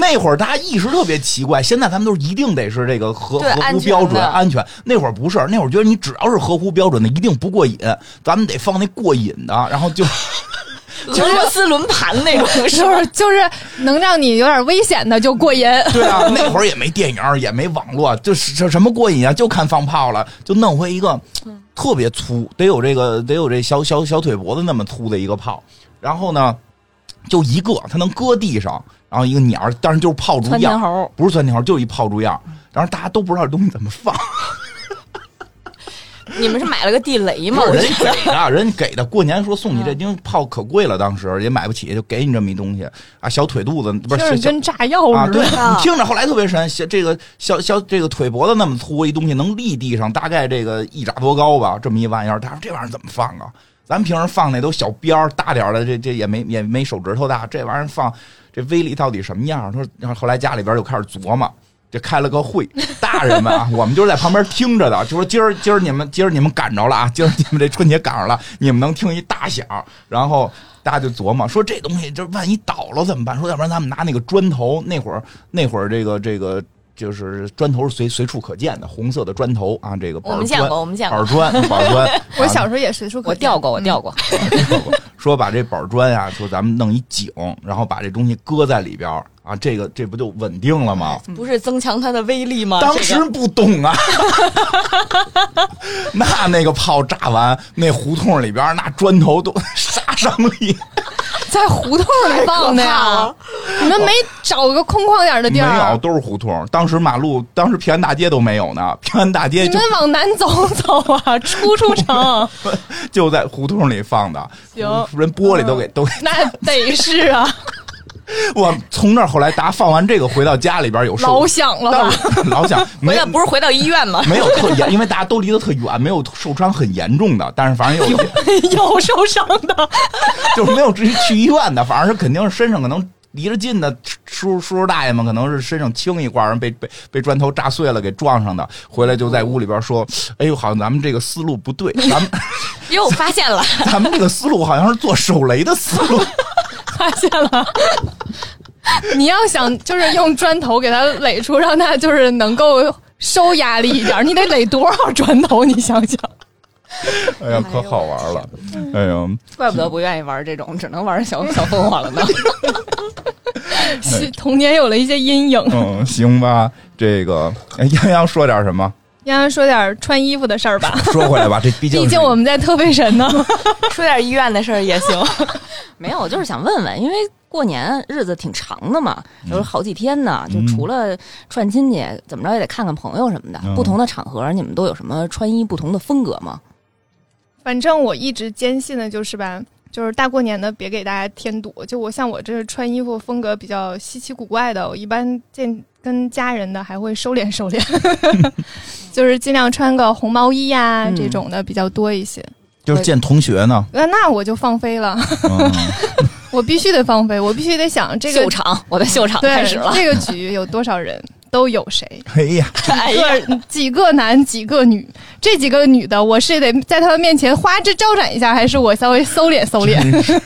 S2: 那会儿大家意识特别奇怪，现在咱们都是一定得是这个合
S4: 对
S2: 合
S4: 安
S2: 乎
S4: 全
S2: 标准
S4: 的
S2: 安全。那会儿不是，那会儿觉得你只要是合乎标准的，一定不过瘾，咱们得放那过瘾的，然后就
S4: 俄罗斯轮盘那 种，是
S1: 就
S4: 不
S1: 是
S4: 是？
S1: 就是能让你有点危险的就过瘾。
S2: 对啊， 那会儿也没电影，也没网络，就是这什么过瘾啊，就看放炮了，就弄回一个特别粗，得有这个得有这小小小腿脖子那么粗的一个炮，然后呢，就一个，它能搁地上，然后一个鸟，但是就是炮竹
S4: 窜
S2: 样
S4: 天，猴，
S2: 不是窜天猴，就是一炮竹样，然后大家都不知道这东西怎么放。
S4: 你们是买了个地雷吗
S2: 不？是
S4: 我
S2: 人
S4: 觉得
S2: 给的，人给的。过年说送你这，因为炮可贵了，当时也买不起，就给你这么一东西啊，小腿肚子不
S1: 就是是
S2: 小
S1: 跟炸药
S2: 啊，
S1: 似
S2: 对
S1: 的。，
S2: 你听着，后来特别神，小这个小小这个腿脖子那么粗一东西，能立地上大概这个一拃多高吧，这么一玩意儿。他说这玩意儿怎么放啊？咱平时放那都小边儿，大点儿的这这也没也没手指头大，这玩意儿放这威力到底什么样儿？他说，然后后来家里边就开始琢磨。就开了个会， 大人们啊，我们就是在旁边听着的，就说今儿今儿你们今儿你们赶着了啊，今儿你们这春节赶上了，你们能听一大响，然后大家就琢磨说这东西这万一倒了怎么办？说要不然咱们拿那个砖头，那会儿那会儿这个这个就是砖头是随随处可见的，红色的砖头啊，这个板
S4: 我们见
S2: 砖
S4: 过，我们见过，
S2: 板砖板 砖啊
S1: 我小时候也随处可
S4: 我
S1: 见
S4: 掉过，我掉过。
S2: 说把这板砖啊，说咱们弄一井，然后把这东西搁在里边儿啊，这个这不就稳定了吗？
S4: 不是增强它的威力吗？
S2: 当
S4: 啊这
S2: 时
S4: 个
S2: 不懂啊， 那那个炮炸完，那胡同里边儿那砖头都 杀伤力
S1: 在胡同里放的
S4: 太可怕
S1: 呀
S4: 了。
S1: 你们没找个空旷点的地
S2: 没有，
S1: 儿？啊
S2: 都是胡同。当时马路，当时平安大街都没有呢，平安大街
S1: 你
S2: 就
S1: 们往南走走啊，出出 城，
S2: 就在胡同里放的，
S1: 行
S2: 人玻璃都给都给。
S1: 那得是啊，
S2: 我从那儿后来，大家放完这个回到家里边儿有
S1: 老
S2: 受，
S1: 想了
S2: 当
S1: 吧？
S2: 时老想没
S4: 回到不是回到医院吗？
S2: 没有特严，因为大家都离得特远，没有受伤很严重的，但是反正有
S4: 有受伤的，
S2: 就是没有至于去医院的，反正是肯定是身上可能离着近的叔叔叔大爷们，可能是身上青一块儿，人被被被砖头炸碎了给撞上的，回来就在屋里边说：“哎呦，好像咱们这个思路不对，咱 们
S4: 又发现了，
S2: 咱们这个思路好像是做手雷的思 路。”
S1: 发现了。 你要想就是用砖头给它垒出，让它就是能够收压力一点，你得垒多少砖头？你想想，
S2: 哎呀，可好玩了！哎呀，
S4: 怪不得不愿意玩这种，只能玩 小小凤凰了呢。
S1: 是童年有了一些阴影。
S2: 嗯，行吧，这个哎洋洋说点什么？
S1: 应该说点穿衣服的事儿吧，
S2: 说回来吧，这毕
S1: 毕
S2: 是
S1: 竟我们在特费神呢。
S4: 说点医院的事儿也行。
S3: 没有，我就是想问问，因为过年日子挺长的嘛，就是好几天呢，
S2: 嗯
S3: 就除了串亲戚，怎么着也得看看朋友什么的。
S2: 嗯
S3: 不同的场合，你们都有什么穿衣不同的风格吗？
S1: 反正我一直坚信的就是吧，就是大过年的别给大家添堵。就我像我这穿衣服风格比较稀奇古怪的，我一般见跟家人的还会收敛收敛， 就是尽量穿个红毛衣呀、
S3: 嗯
S1: 这种的比较多一些。
S2: 就是见同 学呢。
S1: 那那我就放飞了，
S2: 嗯，
S1: 我必须得放飞，我必须得想这个
S3: 秀场，我的秀场
S1: 对
S3: 开始了。
S1: 这个局有多少人。都有谁？
S2: 哎呀，
S4: 哎呀，
S1: 个几个男，几个女，这几个女的，我是得在他们面前花枝招展一下，还是我稍微收敛收
S3: 哎
S1: 敛？
S2: 真是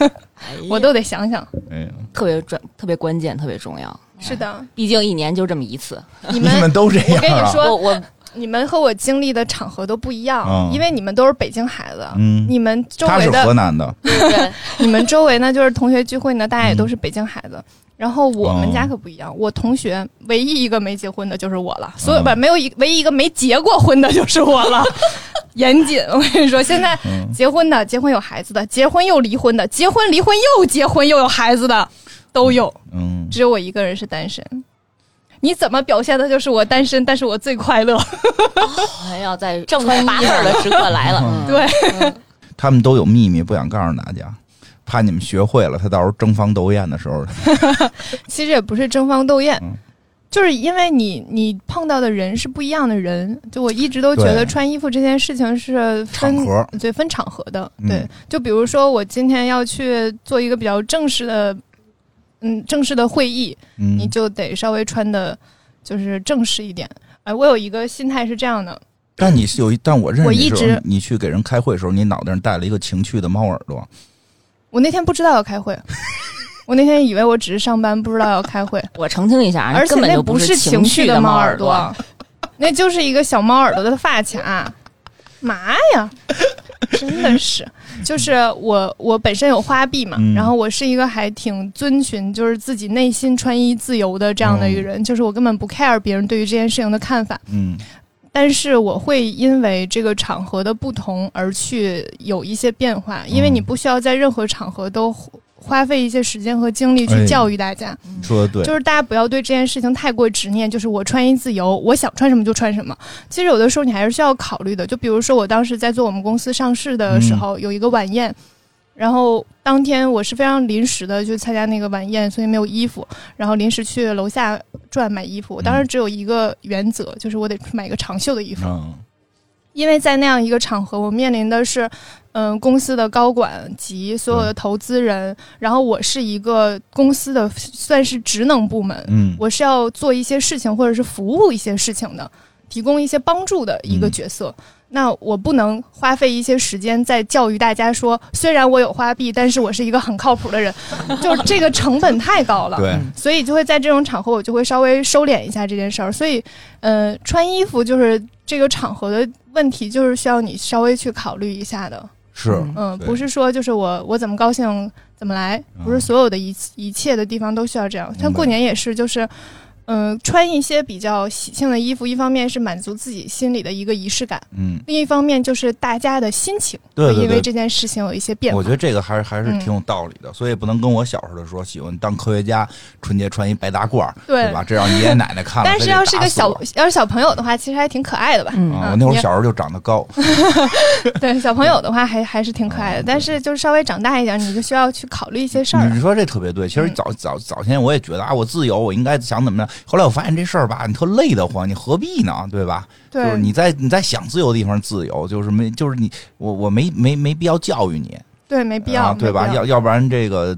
S1: 我都得想想。
S2: 哎呀，
S3: 特别重，特别关键，特别重要。
S2: 嗯
S1: 是的，
S3: 毕竟一年就这么一次。
S1: 你
S2: 你
S1: 们
S2: 们都这样啊？
S1: 我跟你说
S3: 我我
S1: 你们和我经历的场合都不一样，
S2: 嗯
S1: 因为你们都是北京孩子，
S2: 嗯
S1: 你们周
S2: 他
S1: 围
S2: 是河
S1: 的，
S2: 南的，
S4: 对，
S1: 你们周围呢就是同学聚会呢，大家
S2: 嗯
S1: 也都是北京孩子。然后我们
S2: 哦
S1: 家可不一样，我同学唯一一个没结婚的就是我了，所有
S2: 嗯
S1: 不、没有一唯一一个没结过婚的就是我了， 严谨。我跟你说，现在
S2: 嗯
S1: 结婚的、结婚有孩子的、结婚又离婚的、结婚离婚又结婚又有孩子的都有，
S2: 嗯，
S1: 只有我一个人是单身。你怎么表现的就是我单身，但是我最快乐。
S3: 还要在
S4: 正
S3: 穿
S4: 拔
S3: 八
S4: 刺
S3: 字
S4: 儿
S3: 儿
S4: 的
S3: 的
S4: 时刻来了。
S3: 嗯
S1: 对，
S2: 他们都有秘密，不想告诉大家，怕你们学会了，他到时候争芳斗艳的时候，
S1: 其实也不是争芳斗艳，
S2: 嗯
S1: 就是因为你你碰到的人是不一样的人。就我一直都觉
S2: 对
S1: 得穿衣服这件事情是分
S2: 场合
S1: 对分场合的。
S2: 嗯
S1: 对，就比如说我今天要去做一个比较正式的，嗯，正式的会议，
S2: 嗯
S1: 你就得稍微穿的就是正式一点。哎，我有一个心态是这样的，
S2: 但你是有一，但我认
S1: 我
S2: 识你
S1: 一
S2: 的时
S1: 直
S2: 候，你去给人开会的时候，你脑袋上戴了一个情趣的猫耳朵，
S1: 我那天不知道要开 会，我那天以为我只是上班，不知道要开会，
S3: 我澄清一下，
S1: 而且
S3: 根本
S1: 那
S3: 就不
S1: 是
S3: 情
S1: 绪
S3: 的
S1: 猫
S3: 耳朵，
S1: 朵， 那就是一个小猫耳朵的发卡。嘛呀，真的是，就是我我本身有花臂嘛，
S2: 嗯
S1: 然后我是一个还挺遵循就是自己内心穿衣自由的这样的一个人，就是我根本不 care 别人对于这件事情的看法，
S2: 嗯
S1: 但是我会因为这个场合的不同而去有一些变化，因为
S2: 嗯
S1: 你不需要在任何场合都花花费一些时间和精力
S2: 哎
S1: 去教育大家，
S2: 说的对，
S1: 嗯就是大家不要对这件事情太过执念，就是我穿衣自由，我想穿什么就穿什么。其实有的时候你还是需要考虑的，就比如说我当时在做我们公司上市的时
S2: 嗯
S1: 候，有一个晚宴。然后当天我是非常临时的去参加那个晚宴，所以没有衣服。然后临时去楼下转买衣
S2: 嗯
S1: 服，我当时只有一个原则，就是我得买一个长袖的衣服。
S2: 嗯
S1: 因为在那样一个场合，我面临的是，嗯、公司的高管及所有
S2: 嗯
S1: 的投资人，然后我是一个公司的算是职能部门，
S2: 嗯，
S1: 我是要做一些事情或者是服务一些事情的，提供一些帮助的一个角色。那我不能花费一些时间在教育大家说，虽然我有花臂，但是我是一个很靠谱的人， 就这个成本太高了。
S3: 嗯
S2: 对，
S1: 所以就会在这种场合，我就会稍微收敛一下这件事儿。所以，呃，穿衣服就是这个场合的问题，就是需要你稍微去考虑一下的。
S2: 是
S3: 嗯
S1: 嗯，
S2: 对啊
S1: 不是说就是我我怎么高兴怎么来，不是所有的一一切的地方都需要这样。像过年也是，就是。嗯，穿一些比较喜庆的衣服，一方面是满足自己心里的一个仪式感，
S2: 嗯，
S1: 另一方面就是大家的心情
S2: 对
S1: 会
S2: 对
S1: 因为
S2: 对，
S1: 这件事情有一些变化。
S2: 我觉得这个还是还是
S1: 嗯
S2: 挺有道理的，所以不能跟我小时候的说喜欢当科学家，春节穿一白大褂儿，
S1: 对
S2: 对吧？这让爷爷奶奶看了，
S1: 但
S2: 非
S1: 是
S2: 得
S1: 要是
S2: 打
S1: 个
S2: 死
S1: 小
S2: 我
S1: 要是小朋友的话，其实还挺可 爱的吧。
S3: 嗯
S2: 啊，
S1: 嗯
S2: 我那会儿
S1: 你
S2: 小时候就长得高，
S1: 对小朋友的话还还是挺可爱的，
S2: 嗯
S1: 但是就是稍微长大一点，你就需要去考虑一些事儿
S2: 你
S1: 了。
S2: 说这特别对，其实
S1: 嗯
S2: 早早早前我也觉得啊，我自由，我应该想怎么样。后来我发现这事儿吧，你特累得慌，你何必呢？对吧？就
S1: 对
S2: 是你在你在想自由的地方自由，就是没就是你我我没没没必要教育你，
S1: 对，没必
S2: 啊
S1: 要，
S2: 对吧？
S1: 没必
S2: 要要不然这个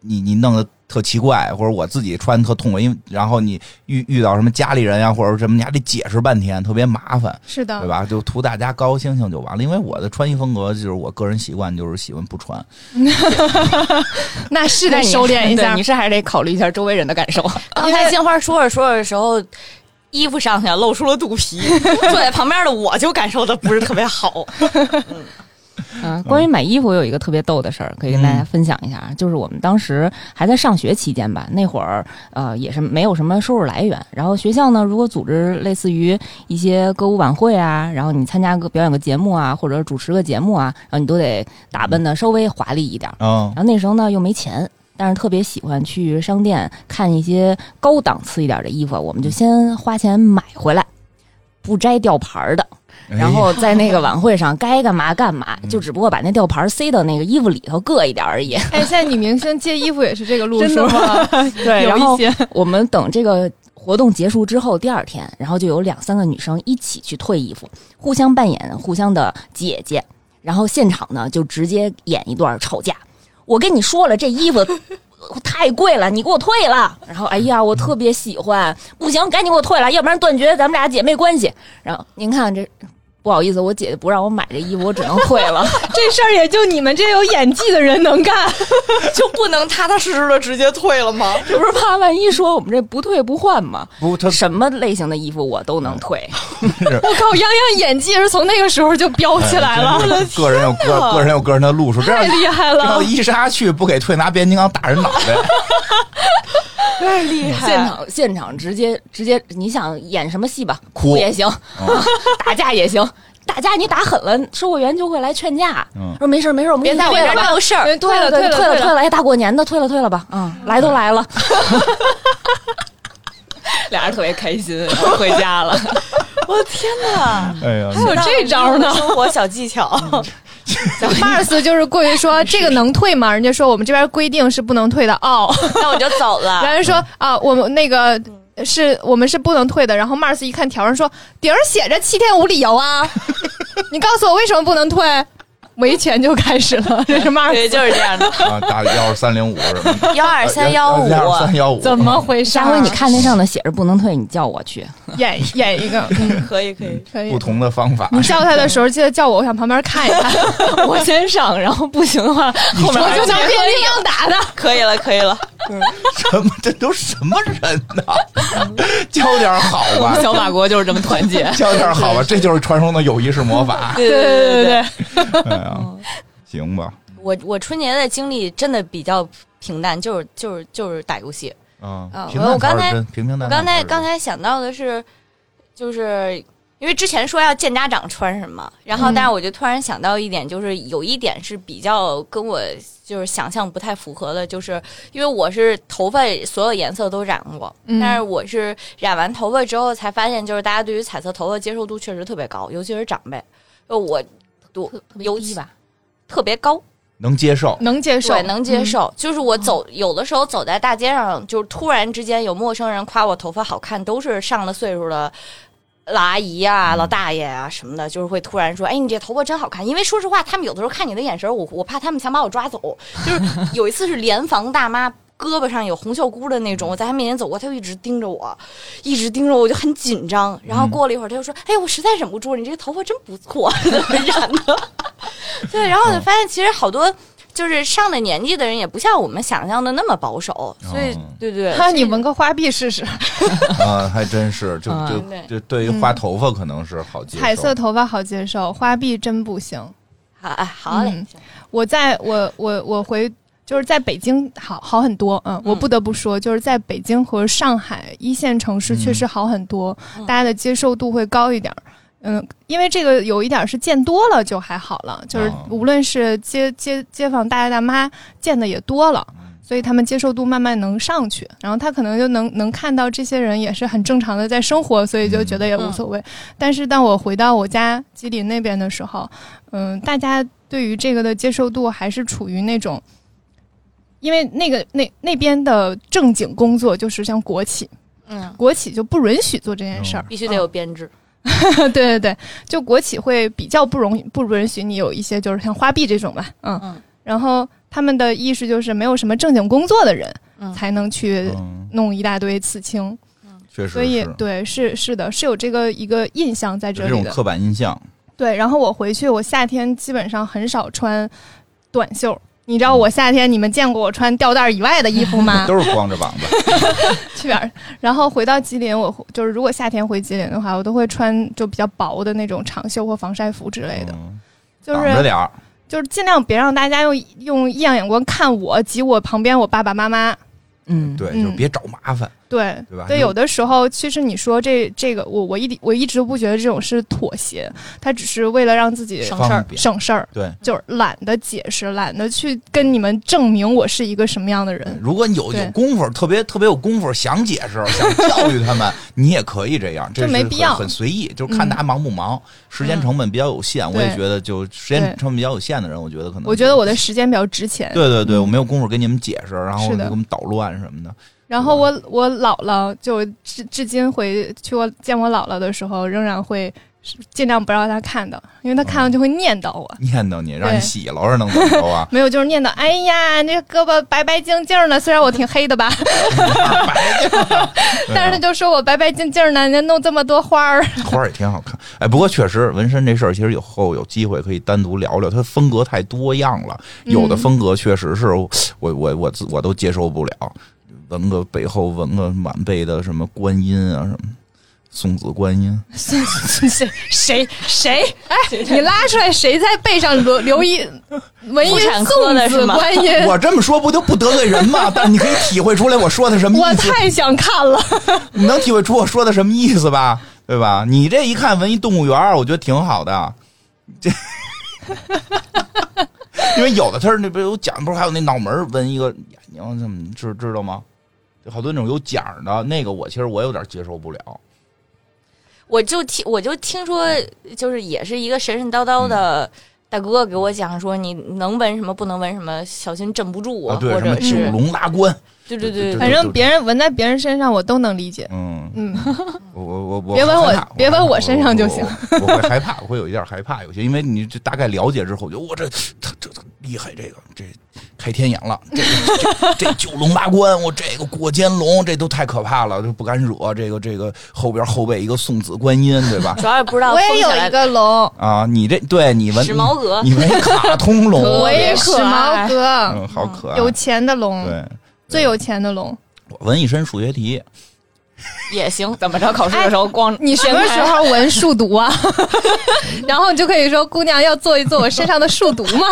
S2: 你你弄得特奇怪，或者我自己穿特痛快，因为然后你遇遇到什么家里人呀、或者什么，你还得解释半天，特别麻烦。
S1: 是
S2: 对
S1: 的，
S2: 吧？就图大家高高兴兴就完了。因为我的穿衣风格就是我个人习惯，就是喜欢不穿。
S1: 那是得
S3: 那你
S1: 收 敛一
S3: 对
S1: 下
S3: 你。是还是得考虑一下周围人的感受。
S4: 刚才金花说着说着的时候，衣服上去啊露出了肚皮，坐在旁边的我就感受的不是特别好。
S3: 嗯，关于买衣服，我有一个特别逗的事儿可以跟大家分享一下
S4: 嗯
S3: 啊，就是我们当时还在上学期间吧，那会儿呃也是没有什么收入来源，然后学校呢如果组织类似于一些歌舞晚会啊，然后你参加个表演个节目啊，或者主持个节目啊，然后你都得打扮的稍微华丽一点儿。
S2: 嗯
S3: 然后那时候呢又没钱，但是特别喜欢去商店看一些高档次一点的衣服，我们就先花钱买回来，不摘吊牌儿的。
S2: 哎
S3: 然后在那个晚会上该干嘛干嘛，就只不过把那吊牌塞到那个衣服里头硌一点 而已。
S1: 哎，现在女明星借衣服也是这个路
S3: 真的
S1: 数，
S3: 对然
S1: 有一
S3: 后
S1: 些
S3: 我们等这个活动结束之后，第二天，然后就有两三个女生一起去退衣服，互相扮演互相的姐姐，然后现场呢就直接演一段吵架。我跟你说了，这衣服太贵了，你给我退了。 然后，哎呀，我特别喜欢，不行，赶紧给我退了，要不然断绝咱们俩姐妹关系。然后您看这。不好意思，我姐姐不让我买这衣服，我只能退了。
S1: 这事儿也就你们这有演技的人能 干。
S4: 就不能踏踏实实的直接退了吗？
S3: 这 不是怕万一说我们这不退不换吗？
S2: 不，他嗯
S3: 什么类型的衣服我都 能退。
S1: 我靠，洋洋演技是从那个时候就 飙起来了，
S2: 个人有个个人有个人的路数，这
S1: 太
S2: 样
S1: 厉害
S2: 这要
S1: 了。
S2: 伊莎去不给退，拿变形金刚打人脑袋。
S4: 太厉害
S3: 现场现场直接直接，你想演什么戏吧，
S2: 哭嗯
S3: 也行， 打架也行。打架你打狠了，售货员就会来劝架，
S2: 嗯
S3: 说没事儿没事儿，我们
S4: 别在我这儿
S3: 闹
S4: 闹事儿。
S3: 退
S1: 退了，
S3: 退
S1: 退了，
S3: 退了
S1: 退了。
S3: 了，哎，大过年的退了退了吧，嗯，来都来了，
S4: 俩人特别开心，然后回家了。 我天哪！
S2: 哎呀，
S1: 还有这招 呢？
S4: 生活小技巧，
S1: ，Mars 就是过去说这个能退吗？人家说我们这边规定是不能退的 哦。
S4: 那我就走了。
S1: 然后说啊，我们那个是我们是不能退的。然后 Mars 一 看条上说顶儿写着七天无理由啊，你告诉我为什么不能退？没钱就开始了，这是骂
S4: 对，就是这样的。
S2: 啊，打幺二三零五什么
S4: 幺二三
S2: 啊幺
S4: 五，啊
S2: 幺二三幺五，
S1: 怎么回事啊儿？
S3: 下回你看那上头写着不能退，你叫我去。
S1: 演演一个，嗯，
S4: 可以可以，
S1: 可以
S2: 不。同的方法？
S1: 你叫他的时候，记得叫我，我想旁边看一看，
S3: 我先上，然后不行的话，后面
S1: 我
S3: 还
S1: 就当
S3: 是
S1: 便利硬打的。
S4: 可以了可以了。
S2: 什么？这都什么人呐？教点好吧，
S5: 小法国就是这么团结
S2: 。教点好吧，这就是传说中的友谊式魔法。
S4: 对对对对对，
S2: 哎呀，行吧，
S4: 我我春节的经历真的比较平淡，就是就是就是打游戏。
S2: 嗯
S4: 啊，
S2: 平
S4: 我
S2: 淡
S4: 我刚
S2: 才是
S4: 才
S2: 真平平淡淡
S4: 我刚
S2: 才
S4: 才
S2: 是
S4: 刚才想到的是，就是因为之前说要见家长穿什么，然后
S1: 嗯
S4: 但是我就突然想到一点，就是有一点是比较跟我就是想象不太符合的，就是因为我是头发所有颜色都染过，
S1: 嗯
S4: 但是我是染完头发之后才发现，就是大家对于彩色头发接受度确实特别高，尤其是长辈，就我我
S3: 有一吧，
S4: 特别高。
S2: 能接受，
S1: 能接受
S4: 对，，能
S1: 嗯
S4: 接受。就是我走，有的时候走在大街上，就是突然之间有陌生人夸我头发好看，都是上了岁数的。老阿姨啊，老大爷啊什么的，就是会突然说：“哎，你这头发真好看。”因为说实话，他们有的时候看你的眼神，我我怕他们想把我抓走。就是有一次是联防大妈，胳膊上有红袖箍的那种，我在她面前走过，她就一直盯着我，一直盯着我，我就很紧张。然后过了一会儿，她就说：“哎，我实在忍不住了，你这个头发真不错， 怎么染的？” 对，然后我就发现其实好多就是上了年纪的人也不像我们想象的那么保守，所以、
S2: 嗯
S4: 对对，
S1: 那你纹个花臂试试，
S2: 啊，还真是，就
S3: 啊
S2: 就
S4: 对
S2: 就对于花头发可能是好接
S1: 嗯
S2: 受，
S1: 彩色头发好接受，花臂真不行。
S4: 好哎好嘞，
S1: 嗯我在我我我回就是在北京好好很多，嗯，我不得不说，就是在北京和上海一线城市确实好很多，
S4: 嗯
S1: 大家的接受度会高一点儿。嗯，因为这个有一点儿是见多了就还好了，就是
S2: 哦
S1: 无论是街街街坊大爷大妈见的也多了，所以他们接受度慢慢能上去，然后他可能就能能看到这些人也是很正常的在生活，所以就觉得也无所谓。但是当我回到我家吉林那边的时候，嗯、大家对于这个的接受度还是处于那种，因为那个那那边的正经工作就是像国企，
S4: 嗯，
S1: 国企就不允许做这件事儿，
S4: 必须得有编制，
S2: 哦
S1: 对对对，就国企会比较不容不允许你有一些就是像花臂这种吧，嗯，
S4: 嗯
S1: 然后他们的意识就是没有什么正经工作的人、
S4: 嗯
S1: 才能去
S2: 嗯，
S1: 弄一大堆刺青，
S2: 确实
S1: 所以
S2: 是
S1: 对是是的，是有这个一个印象在这
S2: 这
S1: 里
S2: 种
S1: 的。
S2: 刻板印象，
S1: 对，然后我回去，我夏天基本上很少穿短袖。你知道我夏天你们见过我穿吊带以外的衣服吗？
S2: 嗯都是光着膀子，
S1: 去哪儿？然后回到吉林，我就是如果夏天回吉林的话，我都会穿就比较薄的那种长袖或防晒服之类的，
S2: 嗯
S1: 就
S2: 挡着
S1: 是
S2: 点儿，
S1: 就是尽量别让大家用用异样眼光看我及我旁边我爸爸妈妈。
S3: 嗯，
S2: 对，
S1: 嗯
S2: 就是别找麻烦，
S1: 对
S2: 对吧
S1: 有的时候其实你说这这个，我我一直我一直不觉得这种是妥协，他只是为了让自己
S4: 省
S2: 方
S4: 事儿
S2: 便，
S1: 省事儿。
S2: 对。
S1: 就是懒得解释，懒得去跟你们证明我是一个什么样的人。
S2: 如果你有
S1: 对
S2: 有功夫，特别特别有功夫，想解释、想 教育他们，你也可以这样，这
S1: 这没
S2: 是
S1: 必
S2: 很
S1: 要嗯
S2: 很随意，就是看大家忙不忙，时间成本比较有限。我也
S1: 对
S2: 觉得，就时间
S1: 对
S2: 成本比较有限的人，我觉得可能，
S1: 我觉得我的时间比较值钱。
S2: 对对对，我没有功夫给你们解释，然后
S1: 是
S2: 给
S1: 的
S2: 我们捣乱什么的。
S1: 然后我我姥姥就至至今回去我见我姥姥的时候，仍然会尽量不让她看到，因为她看到就会念叨我。
S2: 念叨你，让你
S1: 对？
S2: 洗了是能怎么着啊
S1: 没有，就是念叨，哎呀，那胳膊白白净净的，虽然我挺黑的吧，
S2: 啊
S1: 但是
S2: 哎
S1: 他就说我白白净净的，人家弄这么多花儿，
S2: 花儿也挺好
S1: 嗯
S2: 看，哎，不过确实纹身这事儿，其实以后有机会可以单独聊聊，它风格太多样了，有的风格确实是我我我自我都接受不了，纹个背后纹个满背的什么观音啊什么。送子观 音，
S4: 谁谁谁
S1: 你拉出来谁在背上留留一纹一
S4: 妇产科
S1: 送
S4: 的是
S1: 子
S4: 吗
S1: 观音？
S2: 我这么说不就不得罪人吗？但是你可以体会出来我说的什 么
S1: 我
S2: 意思，
S1: 太想看了。
S2: 你能体会出我说的什么意思吧？对吧？你这一看文艺动物园儿，我觉得挺好的。 这，因为有的他是那不是有奖，不是还有那脑门儿纹一个眼睛，什么知知道吗？就好多那种有奖儿的那个，我其实我有点接受不了。嗯
S4: 我就听我就听说，就是也是一个神神叨叨的。大哥哥给我讲说，你能闻什么，不能闻什么，小心镇不住我，
S2: 啊，对，
S4: 或
S2: 什么
S4: 者
S2: 九
S4: 是
S2: 龙拉关，
S4: 对对对
S2: 对
S4: 对
S1: 反正别人纹在别人身上，我都能理解。
S2: 嗯，
S1: 嗯，
S2: 我我我我
S1: 别往
S2: 害
S1: 我
S2: 怕
S1: 别往
S2: 害怕
S1: 我身上就行
S2: 我我我会害怕，我会有一点害怕，有些因为你这大概了解之后，我觉得我这他这这厉害，这个这开天眼了，这个这这九龙八关，我这个过肩龙，这都太可怕了，就不敢惹。这个这个后边后背一个送子观音，对吧？
S4: 主要是不知道
S1: 我
S4: 封
S1: 也
S4: 起
S1: 有一
S4: 来
S1: 个龙，
S2: 啊，你这对你纹
S4: 史矛革
S2: 你纹卡通龙，
S4: 可
S1: 我
S4: 以
S1: 也
S4: 可
S1: 史
S4: 爱
S1: 矛革，
S2: 嗯，好可爱，
S1: 有钱的龙，
S2: 对，
S1: 最有钱的龙。
S2: 我纹一身数学题，
S4: 也行，怎么着考试的时候光
S1: 你什么时候闻数独啊？ 然后你就可以说，姑娘要做一做我身上的数独嘛。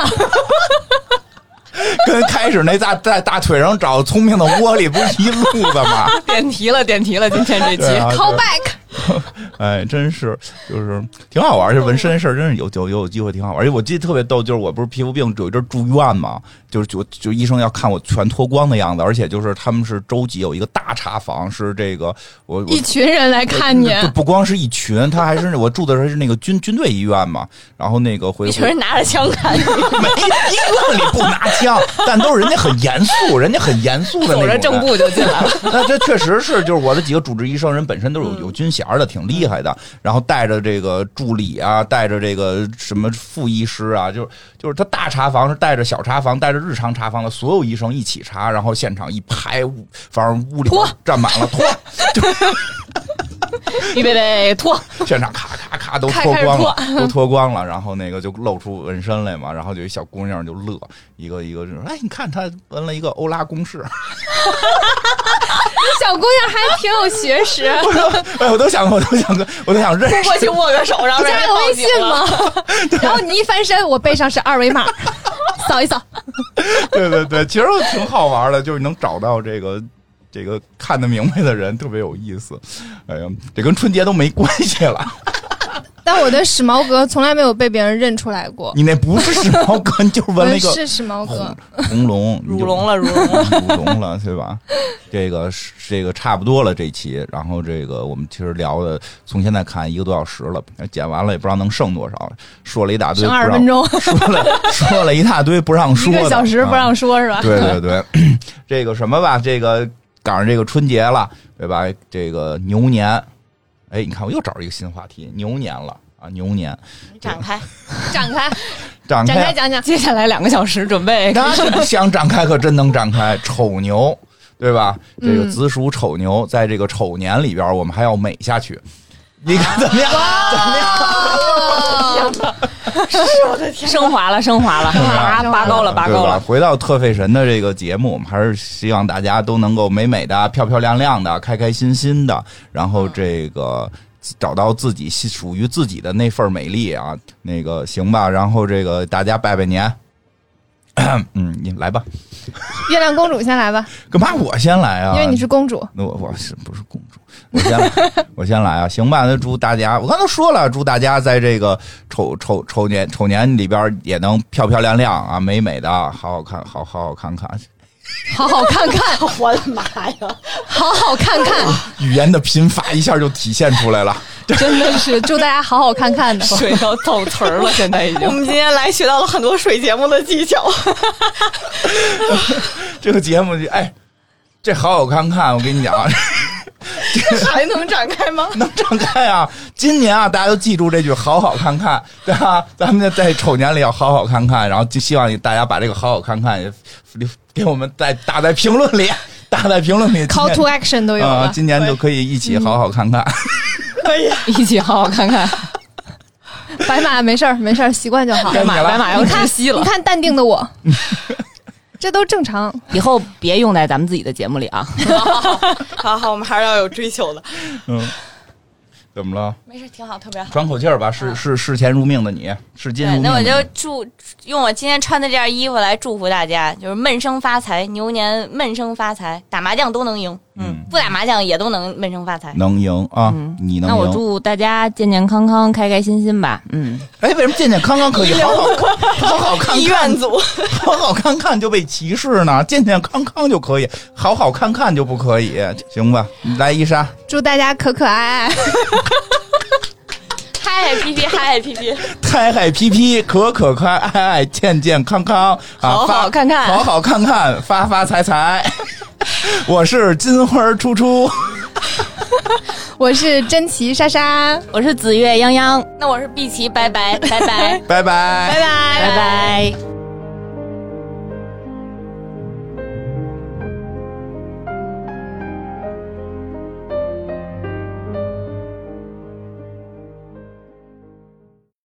S2: 跟开始那大在大腿上找聪明的窝里不是一路子吗？
S4: 点题了？点题了，今天这
S2: 对啊，对
S1: Call back，
S2: 哎，真是就是挺好玩儿，这纹身事儿真是有有有机会挺好玩儿。而且我记得特别逗，就是我不是皮肤病有一阵儿住院嘛，就是就就医生要看我全脱光的样子，而且就是他们是周几有一个大查房，是这个我我
S1: 一群人来看你，
S2: 不不光是一群，他还是我住的时候是那个军军队医院嘛，然后那个回
S4: 一群人拿着枪看你，
S2: 没医院里不拿枪，但都是人家很严肃，人家很严肃的那种
S4: 走着
S2: 人。
S4: 正步就进来了。
S2: 那这确实是，就是我的几个主治医生人本身都是
S1: 嗯
S2: 有有军衔儿的，挺厉害的。然后带着这个助理啊，带着这个什么副医师啊，就是就是他大查房是带着小查房，带着日常查房的所有医生一起查，然后现场一排，屋，反正屋里边
S4: 脱
S2: 站满了 脱，
S4: 预备备， 脱！
S2: 现场咔咔咔都
S1: 开
S2: 脱
S1: 开始
S2: 光了，都脱光了，然后那个就露出纹身来嘛，然后就一小姑娘就乐，一个一个就说：“哎，你看他纹了一个欧拉公式。”
S1: 啊小姑娘还挺有学识，
S2: 我说：“哎，我都想，我都想，我都想认识
S4: 过去握个手，然后让
S1: 加
S4: 人
S1: 个
S4: 报
S1: 微
S4: 警
S1: 信
S4: 了。
S1: 吗？然后你一翻身，我背上是二维码， 扫一扫。
S2: 对对对，其实挺好玩的，就是能找到这个这个看得明白的人，特别有意思。哎呀，这跟春节都没关系 了。
S1: 但我的史矛革从来没有被别人认出来过，
S2: 你那不是史矛革，你就是纹了一
S1: 我
S2: 个
S1: 是史矛革
S2: 红。红龙，
S4: 乳聋
S2: 了，
S4: 了，乳聋了。
S2: 乳龙了，对吧？这个是这个差不多了，这期。然后这个我们其实聊的，从现在看一个多小时了，剪完了也不知道能剩多少，说了一大堆，
S1: 剩二十分，钟，
S2: 说了说了一大堆不让
S1: 一
S2: 说的，
S1: 个小时 不
S2: 啊
S1: 让说是 吧？
S2: 对对对，这个什么吧，这个赶上这个春节了，对吧？这个牛年，哎，你看我又找了一个新话题，牛年了啊，牛年
S4: 展开，
S1: 展开展
S2: 展
S1: 开
S2: 开，
S1: 讲 讲，
S4: 接下来两个小时准备
S2: 那想展开可真能展 开，丑牛。对吧？这个
S1: 嗯
S2: 子鼠丑牛，在这个丑年里边，我们还要美下去，你看怎么样？怎么样？
S4: 升华了， 升华了，啊拔拔高了，拔
S2: 对
S4: 高
S2: 吧？
S4: 了。
S2: 回到特费神的这个节目，我们还是希望大家都能够美美的、漂漂亮亮的、开开心心的，然后这个。找到自己系属于自己的那份美丽啊，那个行吧，然后这个大家拜拜年， 嗯，你来吧，
S1: 月亮公主先来吧，
S2: 干嘛我先来啊？
S1: 因为你是公主。
S2: 那我我是不是公主？我先来，我先来啊！行吧，那祝大家，我刚才说了，祝大家在这个丑丑丑年丑年里边也能漂漂亮亮啊，美美的，好好看，好好好看看。
S1: 好好看看，
S4: 我的妈呀！
S1: 好好看看，
S2: 语言的贫乏一下就体现出来了。
S1: 真的是祝大家好好看看 的。
S4: 水到透词儿了，现在已经。我们今天来学到了很多水节目的 技巧。
S2: 这个节目就，哎，这好好看看，我跟你讲啊，
S4: 还能展开吗？
S2: 能展开啊！今年啊，大家都记住这句“好好看看”，对吧？咱们在丑年里要好好看看，然后就希望大家把这个“好好看看”也给我们在打在评论里，打在评论里。
S1: Call
S2: 今
S1: to
S2: 年
S1: action 都有
S2: 啊、
S1: 了，
S2: 今年就可以一起好好看看。
S4: 可以，一起好好看看。
S1: 白马没事儿，没事儿，习惯就好。
S2: 白
S4: 白
S2: 马
S4: 马，白马要
S1: 你看
S4: 窒息
S1: 你
S4: 了。
S1: 看淡定的 我，这都正常。
S3: 以后别用在咱们自己的节目里啊。
S4: 好好，我们还是要有追求的。
S2: 嗯，怎么了？
S4: 没事，挺好，特别好。
S2: 喘口气儿吧，视视视钱如命的你，视金如
S4: 对，
S2: 命的
S4: 那
S2: 你。
S4: 我就祝用我今天穿的这件衣服来祝福大家，就是闷声发财，牛年闷声发财，打麻将都能赢，嗯
S2: 嗯，
S4: 不打麻将也都能闷声发财。
S2: 能赢啊！你能赢。
S3: 那我祝大家健健康康、开开心心吧。嗯，
S2: 哎，为什么健健康康可以好好好好看
S4: 医
S2: 看
S4: 院，组，
S2: 好好看看就被歧视呢？健健康康就可以，好好看看就不可以，行吧？来，伊莎，
S1: 祝大家可可爱爱。嗨
S3: 嗨嗨 皮皮，嗨嗨皮皮，
S2: 太嗨皮皮，可可可爱爱，健健康康，啊，
S3: 好好
S2: 发
S3: 看看
S2: 好好看看，发发财财。我是金花儿初初，
S1: 我是珍奇莎莎，
S6: 我是紫月泱泱，
S3: 那我是碧琪，拜拜，拜拜，
S2: 拜拜
S1: 拜拜
S3: 拜拜。